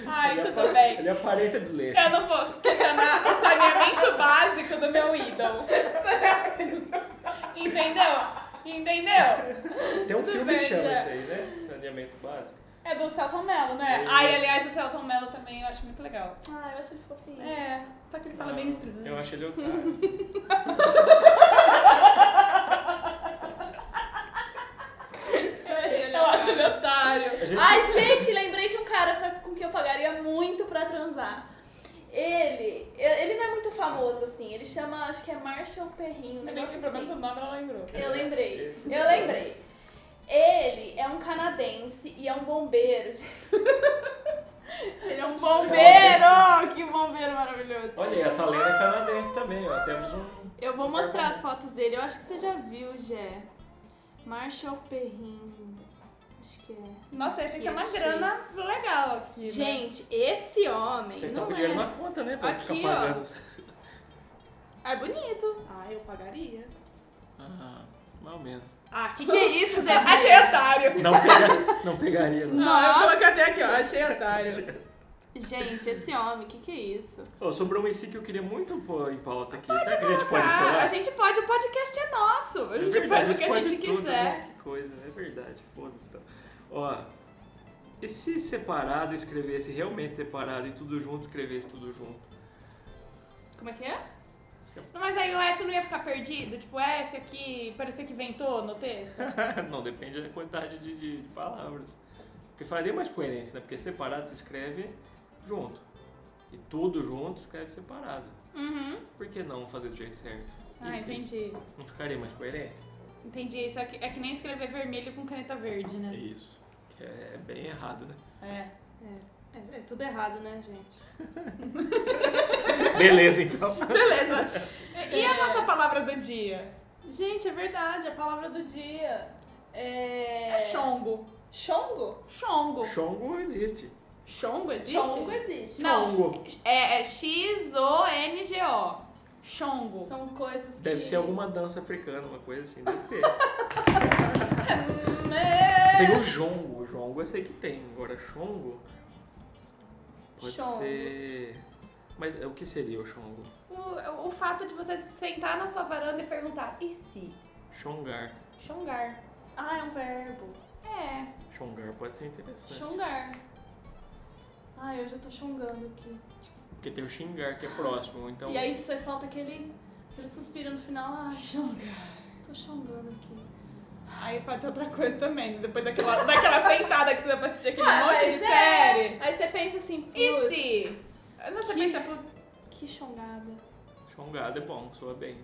Ai, Ele tudo apare- bem. Ele aparenta desleixo. Eu não vou questionar o saneamento básico do meu ídolo. Entendeu? Entendeu? Tem um Tudo filme bem, que chama já. isso aí, né? Saneamento básico. É do Celton Mello, né? É Ai, isso. aliás, o Celton Mello também eu acho muito legal. Ah, eu acho ele fofinho. É, só que ele fala Ah, bem estranho. Eu acho ele otário. Eu acho ele Eu acho ele otário. A gente- Ai, gente, lembrei de um cara pra- com quem eu pagaria muito pra transar. Ele, eu- ele não é muito famoso assim, ele chama, acho que é Marshall Perrinho, um Ainda bem que negócio pelo menos o assim. nome ela lembrou. Eu lembrei, Esse. eu lembrei. Ele é um canadense e é um bombeiro. ele é um bombeiro! Canadense. Que bombeiro maravilhoso. Olha aí, a Thalena é canadense também, ó. Temos um... Eu vou mostrar as fotos dele, eu acho que você já viu, Jé. Marshall Perrin, acho que é. Nossa, ele tem que ter uma Esse- grana legal aqui. né? Gente, esse homem. Vocês não estão com é- dinheiro na conta, né? Pra Aqui, ficar ó. pagando... É bonito. Ah, eu pagaria. Ah, mal menos. Ah, que que é isso, Débora? Achei otário. Não, pega... não pegaria, não. Ah, eu Nossa. coloquei até aqui, ó. Achei otário. Gente, esse homem, que que é isso? Ô, sobrou um IC que eu queria muito pôr em pauta aqui. Será que a gente pode Ah, colar? a gente pode, o podcast é nosso. A É gente verdade, faz o que a pode gente tudo, quiser. né? Que coisa, é verdade. Foda-se. Então. Ó, e se separado escrevesse realmente separado e tudo junto escrevesse tudo junto? Como é que é? Mas aí o S não ia ficar perdido? Tipo, S aqui, parecia que ventou no texto? Não, depende da quantidade de, de- de palavras. Porque faria mais coerência, né? Porque separado se escreve junto. E tudo junto escreve separado. Uhum. Por que não fazer do jeito certo? Ah, E se- entendi. Não ficaria mais coerente? Entendi. Isso é que, é que nem escrever vermelho com caneta verde, É né? isso. Que é bem errado, né? É. É, é, é tudo errado, né, gente? Beleza, então. Beleza. E É. a nossa palavra do dia? Gente, é verdade, a palavra do dia é... É chongo. Chongo? Chongo. Chongo existe. Chongo existe? Chongo existe. Não. Chongo. É, é X-O-N-G-O. Chongo. São coisas que... Deve ser alguma dança africana, uma coisa assim. Deve ter. Hum, é. Tem o jongo. O jongo eu sei que tem. Agora, chongo... Pode Chongo. ser... Mas é, o que seria o chongo? O, o fato de você sentar na sua varanda e perguntar, e se? Chongar. Chongar. Ah, é um verbo. É. Chongar pode ser interessante. Chongar. Ah, eu já tô chongando aqui. Porque tem o xingar, que é próximo. Então, E aí você solta aquele, aquele suspiro no final. Ah, chongar. Tô chongando aqui. Aí pode ser outra coisa também, né? depois daquela, daquela sentada que você deu pra assistir aquele Ah, monte mas de é. série. Aí você pensa assim, putz, E se? é Aí Você Que- pensa, putz, que chongada. chongado é bom, soa bem.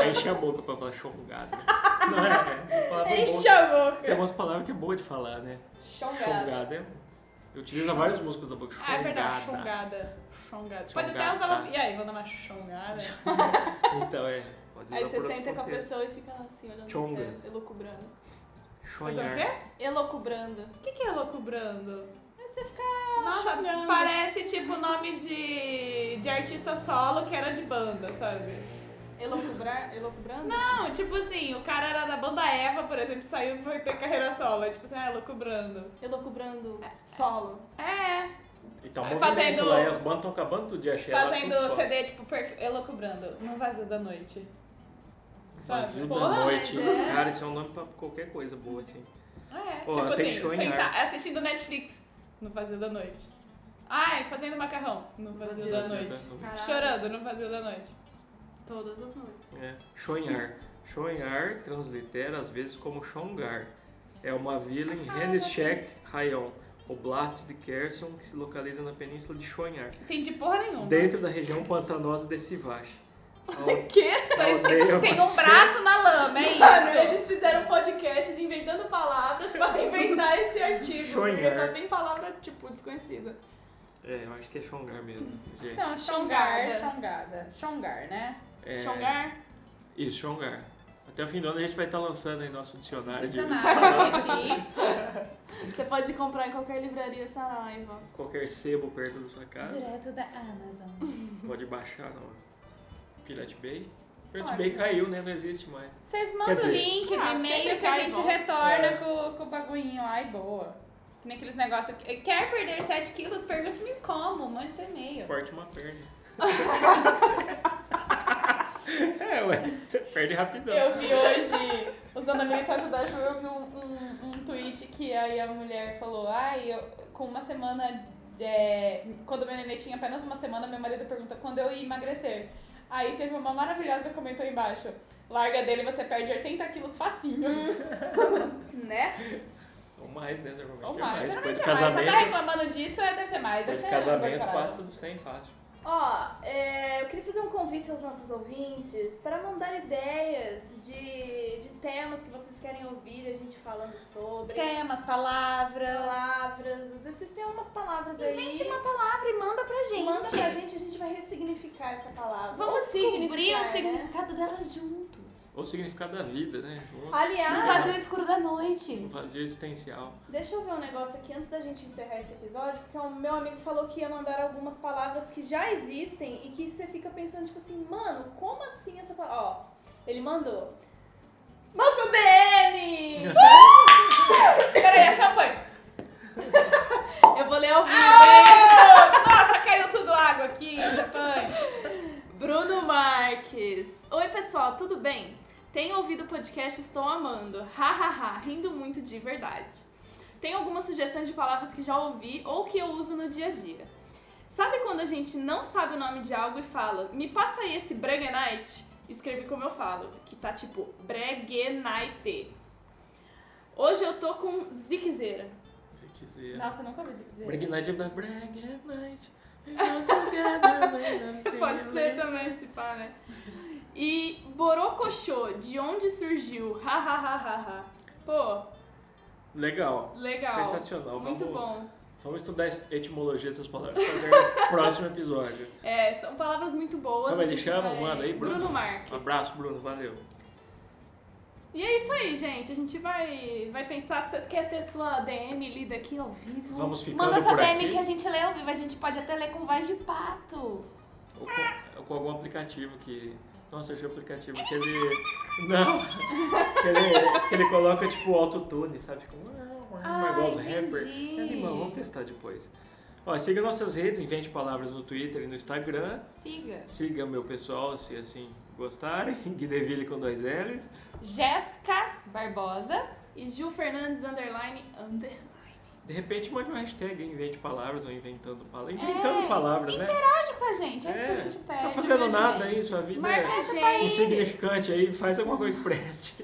Aí enche a boca pra falar chongado. Não é? é uma palavra boa. a Tem umas palavras que é boa de falar, né? Chongada é... Eu utilizo várias músicas da boca. ah, é verdade, Chongada. chongada. Chongada. Você pode até Chongada. usar uma. E aí, vou dar uma chongada. Então, é. Pode Aí usar você por outros senta com a contextos. pessoa e fica lá assim, olhando Chongas. pra elocubrando. Fazer o Chonhar. quê? Elocubrando. O que, que é loucubrando? Aí você fica Nossa, chongando. parece tipo nome de, de artista solo que era de banda, sabe? Elocubrar, elocubrando? Não, tipo assim, o cara era da banda Eva, por exemplo, saiu e foi ter carreira solo. É Tipo assim, ah, loucubrando. Elocubrando solo. É, E tá um Fazendo- movimento lá, e as bandas estão acabando tudo de achar lá, Fazendo tudo só. CD, tipo, perf... eu loucubrando, no vazio da noite. sabe? Vazio da Porra, mas noite. é. Cara, isso é um nome pra qualquer coisa boa, assim. Ah, É. Pô, tipo assim, Attention in sentar, assistindo Netflix no vazio da noite. Ai, fazendo macarrão no vazio da noite. Caralho. Chorando no vazio da noite. Todas as noites. É. Chonhar. Chonhar translitera às vezes como Chongar. É uma vila em Ah, Renishek, Rayon, oblast de Kherson, que se localiza na península de Chonhar, Entendi porra nenhuma. dentro da região pantanosa de Sivash. A Que? Só aldeia Tem um macia- braço na lama, é Mano, isso. eles fizeram um podcast de inventando palavras pra inventar esse artigo. Porque Sonhar. só tem palavra, tipo, desconhecida. É, eu acho que é Chongar mesmo, gente. Então, Xongada. Xongar, Xongada. Xongar, né? É, Chongar? Isso, Chongar. Até o fim do ano a gente vai estar lançando aí nosso dicionário, é Dicionário, conheci. Você pode comprar em qualquer livraria Saraiva. de qualquer sebo perto da sua casa. Direto da Amazon. Pode baixar no Pirate Bay. Pirate Ótimo. Bay caiu, né? Não existe mais. Vocês mandam Quer o dizer- link no Ah, e-mail sempre que a cai gente bom. retorna É. com, com o bagulhinho lá e boa. Que nem aqueles negócios. que- Quer perder 7 quilos? Pergunte-me como. Mande seu e-mail. Corte uma perna. é, ué. Você perde rapidão. Eu vi hoje, usando a minha casa da Ju, eu vi um, um, um tweet que aí a mulher falou, ai, eu, com uma semana, é, quando meu neném tinha apenas uma semana, meu marido pergunta quando eu ia emagrecer. Aí teve uma maravilhosa que comentou aí embaixo, larga dele, você perde 80 quilos facinho. Hum. Né? Ou mais, né? Normalmente Ou é mais, geralmente Depois de é mais. Você tá casamento, reclamando disso, é, deve ter mais. depois Essa de é casamento agora. passa do 100 fácil. Ó, é, eu queria fazer um convite aos nossos ouvintes para mandar ideias de, de temas que vocês querem ouvir a gente falando sobre. Temas, palavras. Palavras, às vezes vocês têm umas palavras aí. Invente uma palavra e manda pra gente. Manda pra gente, a gente vai ressignificar essa palavra. Vamos Ou descobrir significar, o né? significado dela juntos. Ou o significado da vida, né? Ou Ah. No Aliás, vazio escuro da noite. Um vazio existencial. deixa eu ver um negócio aqui antes da gente encerrar esse episódio, porque o meu amigo falou que ia mandar algumas palavras que já existem e que você fica pensando, tipo assim, mano, como assim essa palavra? Ó, ele mandou. Nosso DM! Peraí, a champanhe. Eu vou ler ao vivo. Ah, Nossa, caiu tudo água aqui, champanhe. Bruno Marques. Oi, pessoal, tudo bem? Tenho ouvido o podcast e estou amando. Hahaha, rindo muito de verdade. Tem algumas sugestões de palavras que já ouvi ou que eu uso no dia a dia. Sabe quando a gente não sabe o nome de algo e fala, me passa aí esse Bregenite? Escrevi como eu falo, que tá tipo Bregenite. Hoje eu tô com ziquezeira. Se quiser. Nossa, nunca ouvi isso dizer. Brag Night é da Brag Night. We go together when I'm Pode ser feeling- também se pá, né? E Borocochô, de onde surgiu? Ha, ha, ha, ha, ha. Pô, Legal. legal. Sensacional. Muito Vamos, bom. Vamos estudar a etimologia dessas palavras. Fazer no próximo episódio. É, são palavras muito boas. Como a ele gente chama? vai- Manda aí, Bruno. Bruno Marques. Um abraço, Bruno. Valeu. E é isso aí, gente. A gente vai, vai pensar se você quer ter sua DM lida aqui ao vivo. Vamos ficando Manda essa por DM aqui. que a gente lê ao vivo. A gente pode até ler com voz de pato. Ou com, ou com algum aplicativo que... Nossa, eu achei um aplicativo que ele... Não. que, ele, que ele coloca, tipo, autotune, sabe? Fica... um- Ah, Igual os rappers. É entendi. Animal, vamos testar depois. Ó, siga nossas redes, invente palavras no Twitter e no Instagram. Siga. Siga meu pessoal, se assim gostarem. Guideville com dois L's. Jéssica Barbosa. E Gil Fernandes, underline, under. De repente mande uma hashtag, invente palavras ou inventando palavras. É, Inventando palavras, né? Acha com a gente. É isso que a É, gente pede. Tá fazendo Beijo, nada beijo. aí, sua vida Marca é a Esse gente. país. insignificante aí, faz alguma coisa que preste.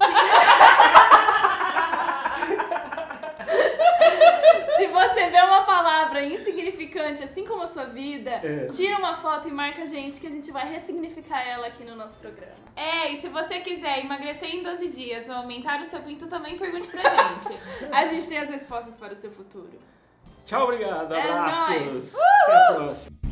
Se você vê uma palavra insignificante, assim como a sua vida, É. tira uma foto e marca a gente que a gente vai ressignificar ela aqui no nosso programa. É, e se você quiser emagrecer em 12 dias ou aumentar o seu pinto, também pergunte pra gente. A gente tem as respostas para o seu futuro. Tchau, obrigado, É abraços. nóis. Até a próxima.